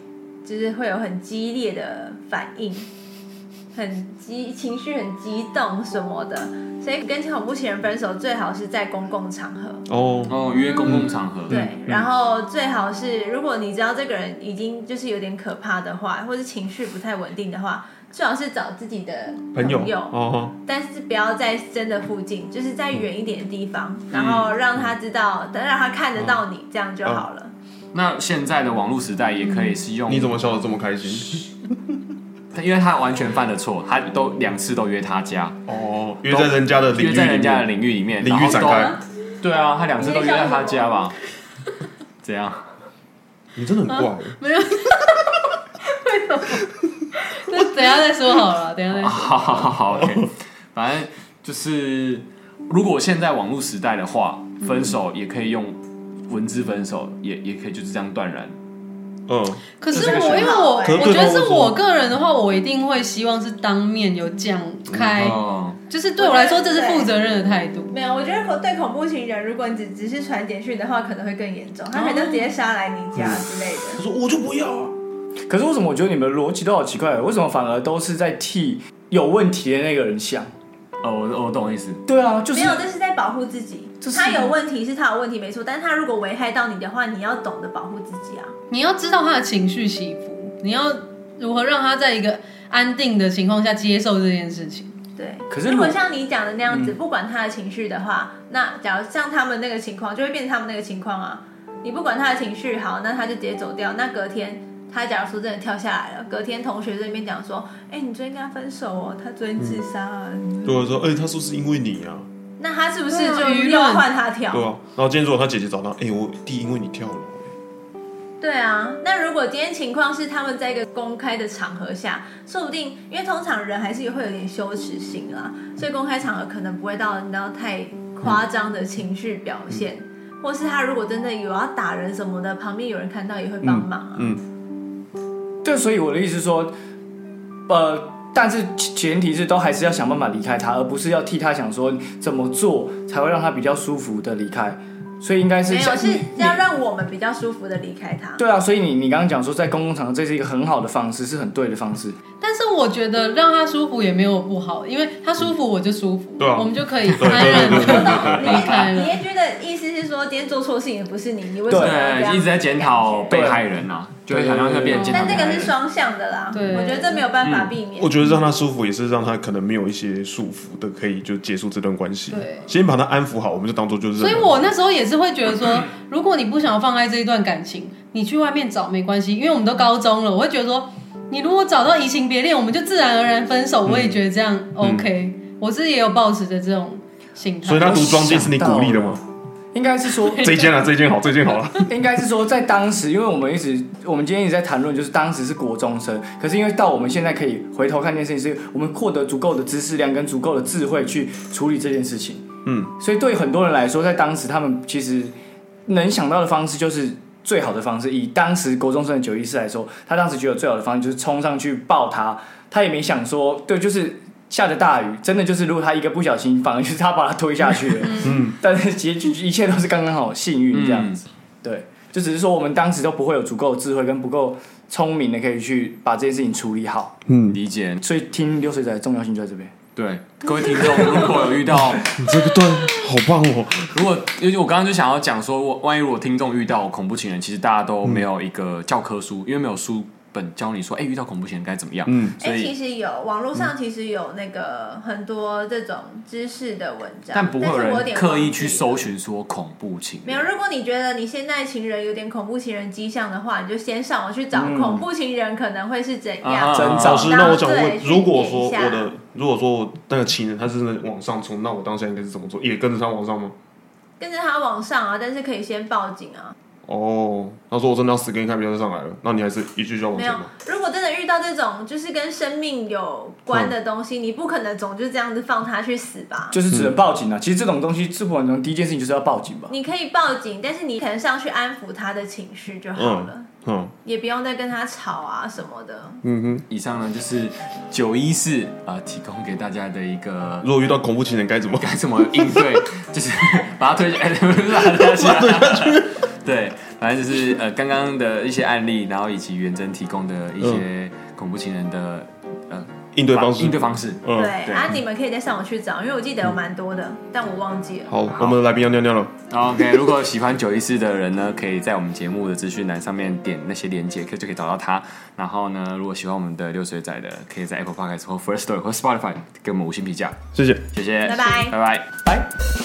S6: 就是会有很激烈的反应，很激情绪很激动什么的，所以跟恐怖情人分手最好是在公共场合。
S2: 哦，
S4: 哦，约公共场
S1: 嗯
S4: 合，
S6: 对，然后最好是，如果你知道这个人已经就是有点可怕的话，或是情绪不太稳定的话，最好是找自己的
S2: 朋友
S6: 朋友
S2: 哦，
S6: 但是不要在真的附近，就是在远一点的地方，
S1: 嗯
S6: 然后让他知道，等让他看得到你，这样就好了。
S1: 嗯
S4: 那现在的网络时代也可以是用，
S2: 哦你怎么笑得这么开心？
S4: 因为他完全犯了错，他都两次都约他家，
S2: 哦，约在人家的领域
S4: 约
S2: 里
S4: 在人家的
S2: 面，
S4: 领域里面，
S2: 领
S4: 然
S2: 域
S4: 后
S2: 展
S4: 都
S2: 开。
S4: 对啊，他两次都约在他家 吧？怎样？
S2: 你真的很怪，
S5: 那等一下再说好了，等一下再
S3: 啊
S5: 说。
S4: 好好好 好，OK。反正就是，如果现在网络时代的话，分手也可以用文字分手，也也可以就是这样断然。
S2: 嗯，
S5: 可是
S1: 这个
S5: 我因为我
S6: 可
S2: 是
S5: 我
S2: 对
S5: 觉得
S2: 方
S5: 是
S2: 会说
S5: 我个人的话，我一定会希望是当面有讲开，
S4: 哦，
S5: 就是对我来说这是负责任的态度。
S6: 没有，我觉得恐对恐怖情人，如果你只只是传简讯的话，可能会更
S1: 哦
S6: 严重，他可能就直接杀来你家之类的。
S2: 他说我就不要啊，
S1: 可是为什么我觉得你们的逻辑都好奇怪？为什么反而都是在替有问题的那个人想？
S4: 哦，我我懂意思。
S1: 对啊，就是
S6: 没有，这是在保护自己
S1: 这。是
S6: 他有问题是他有问题没错，但是他如果危害到你的话，你要懂得保护自己啊。
S5: 你要知道他的情绪起伏，你要如何让他在一个安定的情况下接受这件事情。
S6: 对，
S1: 可是
S6: 如
S1: 如嗯
S6: 果像你讲的那样子，不管他的情绪的话，那假如像他们那个情况，就会变成他们那个情况啊。你不管他的情绪好，那他就直接走掉。那隔天他假如说真的跳下来了，隔天同学这边讲说，哎、你昨天跟他分手哦，他昨天自杀啊。
S2: 对我说，哎，他是不是因为你啊？
S6: 那他是不是
S5: 对啊
S6: 就
S5: 舆
S6: 又
S5: 论
S6: 要换他跳？
S2: 对啊，然后今天如果他姐姐找他，哎，我弟因为你跳楼，
S6: 对啊，那如果今天情况是他们在一个公开的场合下，说不定因为通常人还是会有点羞耻心啦，所以公开场合可能不会到你知道太夸张的情绪表现，或是他如果真的有要打人什么的，旁边有人看到也会帮忙啊。
S2: 嗯
S1: 对，所以我的意思是说，呃，但是前提是都还是要想办法离开他，而不是要替他想说怎么做才会让他比较舒服的离开。所以应该是
S6: 没有，
S1: 像
S6: 是
S1: 你
S6: 要让我们比较舒服的离开他。
S1: 嗯对啊，所以你你刚刚讲说在公共场合这是一个很好的方式，是很对的方式。
S5: 但是我觉得让他舒服也没有不好，因为他舒服我就舒服，
S2: 对啊啊
S5: 我们就可以安然的
S6: 你
S5: 离开
S6: 你
S5: 了。
S6: 也觉得意思是说，今天做错事情也不是你，你为什么要这样
S4: 对，一直在检讨
S6: 对
S4: 被害人啊，就会好像会变检
S6: 啊
S4: 讨
S6: 但
S4: 被
S6: 这
S4: 害
S6: 个是
S4: 人。
S6: 双向的啦，
S5: 对
S6: 我觉得这没有办法避免。
S2: 嗯我觉得让他舒服，也是让他可能没有一些束缚的，可以就结束这段关系。
S5: 对
S2: 先把他安抚好，我们就当做就是。
S5: 所以我那时候也是会觉得说，如果你不想要放在这一段感情，你去外面找没关系，因为我们都高中了，我会觉得说，你如果找到移情别恋，我们就自然而然分手，我
S2: 嗯
S5: 也觉得这样 OK。我自己也有抱持着这种心态，
S2: 所以他读装进是你鼓励的吗？
S1: 应该是说，
S2: 这一间啊，这一间好，这一间好了。
S1: 应该是说，在当时，因为我们一直，我们今天一直在谈论，就是当时是国中生，可是因为到我们现在可以回头看这件事情，是我们获得足够的知识量跟足够的智慧去处理这件事情。
S2: 嗯，
S1: 所以对很多人来说，在当时他们其实能想到的方式就是最好的方式。以当时国中生的九一四来说，他当时觉得最好的方式就是冲上去抱他，他也没想说，对，就是下着大雨，真的就是如果他一个不小心，反而就是他把他推下去了。嗯， 但是结局一切都是刚刚好幸运这样子。对，就只是说我们当时都不会有足够的智慧跟不够聪明的可以去把这件事情处理好，
S2: 嗯，
S4: 理解，
S1: 所以听流水仔的重要性就在这边。
S4: 对各位听众，如果有遇到，
S2: 你这个段好棒哦。
S4: 如果因为我刚刚就想要讲说，我万一如果听众遇到恐怖情人，其实大家都没有一个教科书，因为没有书本教你说，哎，遇到恐怖情人该怎么样。
S2: 嗯，
S6: 哎、
S4: 所以嗯
S6: 其实有网络上其实有那个很多这种知识的文章，
S4: 但不会有
S6: 是我有
S4: 人
S6: 点
S4: 刻
S6: 忘
S4: 意
S6: 记
S4: 去
S6: 了
S4: 搜。寻说恐怖情
S6: 没有，
S4: 人。
S6: 如果你觉得你现在情人有点恐怖情人迹象的话，你就先上网去找恐怖情人可能会是怎样。
S4: 嗯啊
S1: 真
S2: 老
S1: 早
S2: 师，
S6: 然
S2: 那
S6: 后
S2: 我想
S6: 对
S2: 问，
S6: 去
S2: 如果
S6: 点
S2: 说
S6: 一
S2: 我
S6: 下
S2: 的，如果说我那个情人他真的往上冲，那我当下应该是怎么做？也跟着他往上吗？
S6: 跟着他往上啊，但是可以先报警啊。
S2: 哦，他说我真的要死给你看，不要再上来了，那你还是一句就要往
S6: 没
S2: 前
S6: 有
S2: 吗？，
S6: 如果真的遇到这种就是跟生命有关
S4: 嗯
S6: 的东西，你不可能总就这样子放他去死吧？
S1: 就是只能报警了、啊。其实这种东西，不管从第一件事情就是要报警吧。
S6: 你可以报警，但是你可能上去安抚他的情绪就好了，
S2: 嗯
S6: 也不用再跟他吵啊什么的。
S2: 嗯哼，
S4: 以上呢就是九一四啊提供给大家的一个
S2: 如果遇到恐怖情人该怎么？
S4: 该怎么 应对，就是把它推下，哎 不是把它推下去，对，反正就是呃刚刚的一些案例，然后以及元真提供的一些恐怖情人的呃
S2: 应嗯对方式，
S4: 应对方式。
S2: 嗯，
S6: 对，啊，你们可以再上网去找，因为我记得有蛮多的，但我忘记了。
S2: 好，我们的来宾要尿尿了。
S4: OK，如果喜欢九一四的人呢，可以在我们节目的资讯栏上面点那些连接，可就可以找到他。然后呢，如果喜欢我们的六水仔的，可以在 Apple Podcast 或 First Story 或 Spotify 给我们五星评价，
S2: 谢谢。
S4: 谢谢，
S6: 拜拜
S4: 拜拜。
S1: 拜。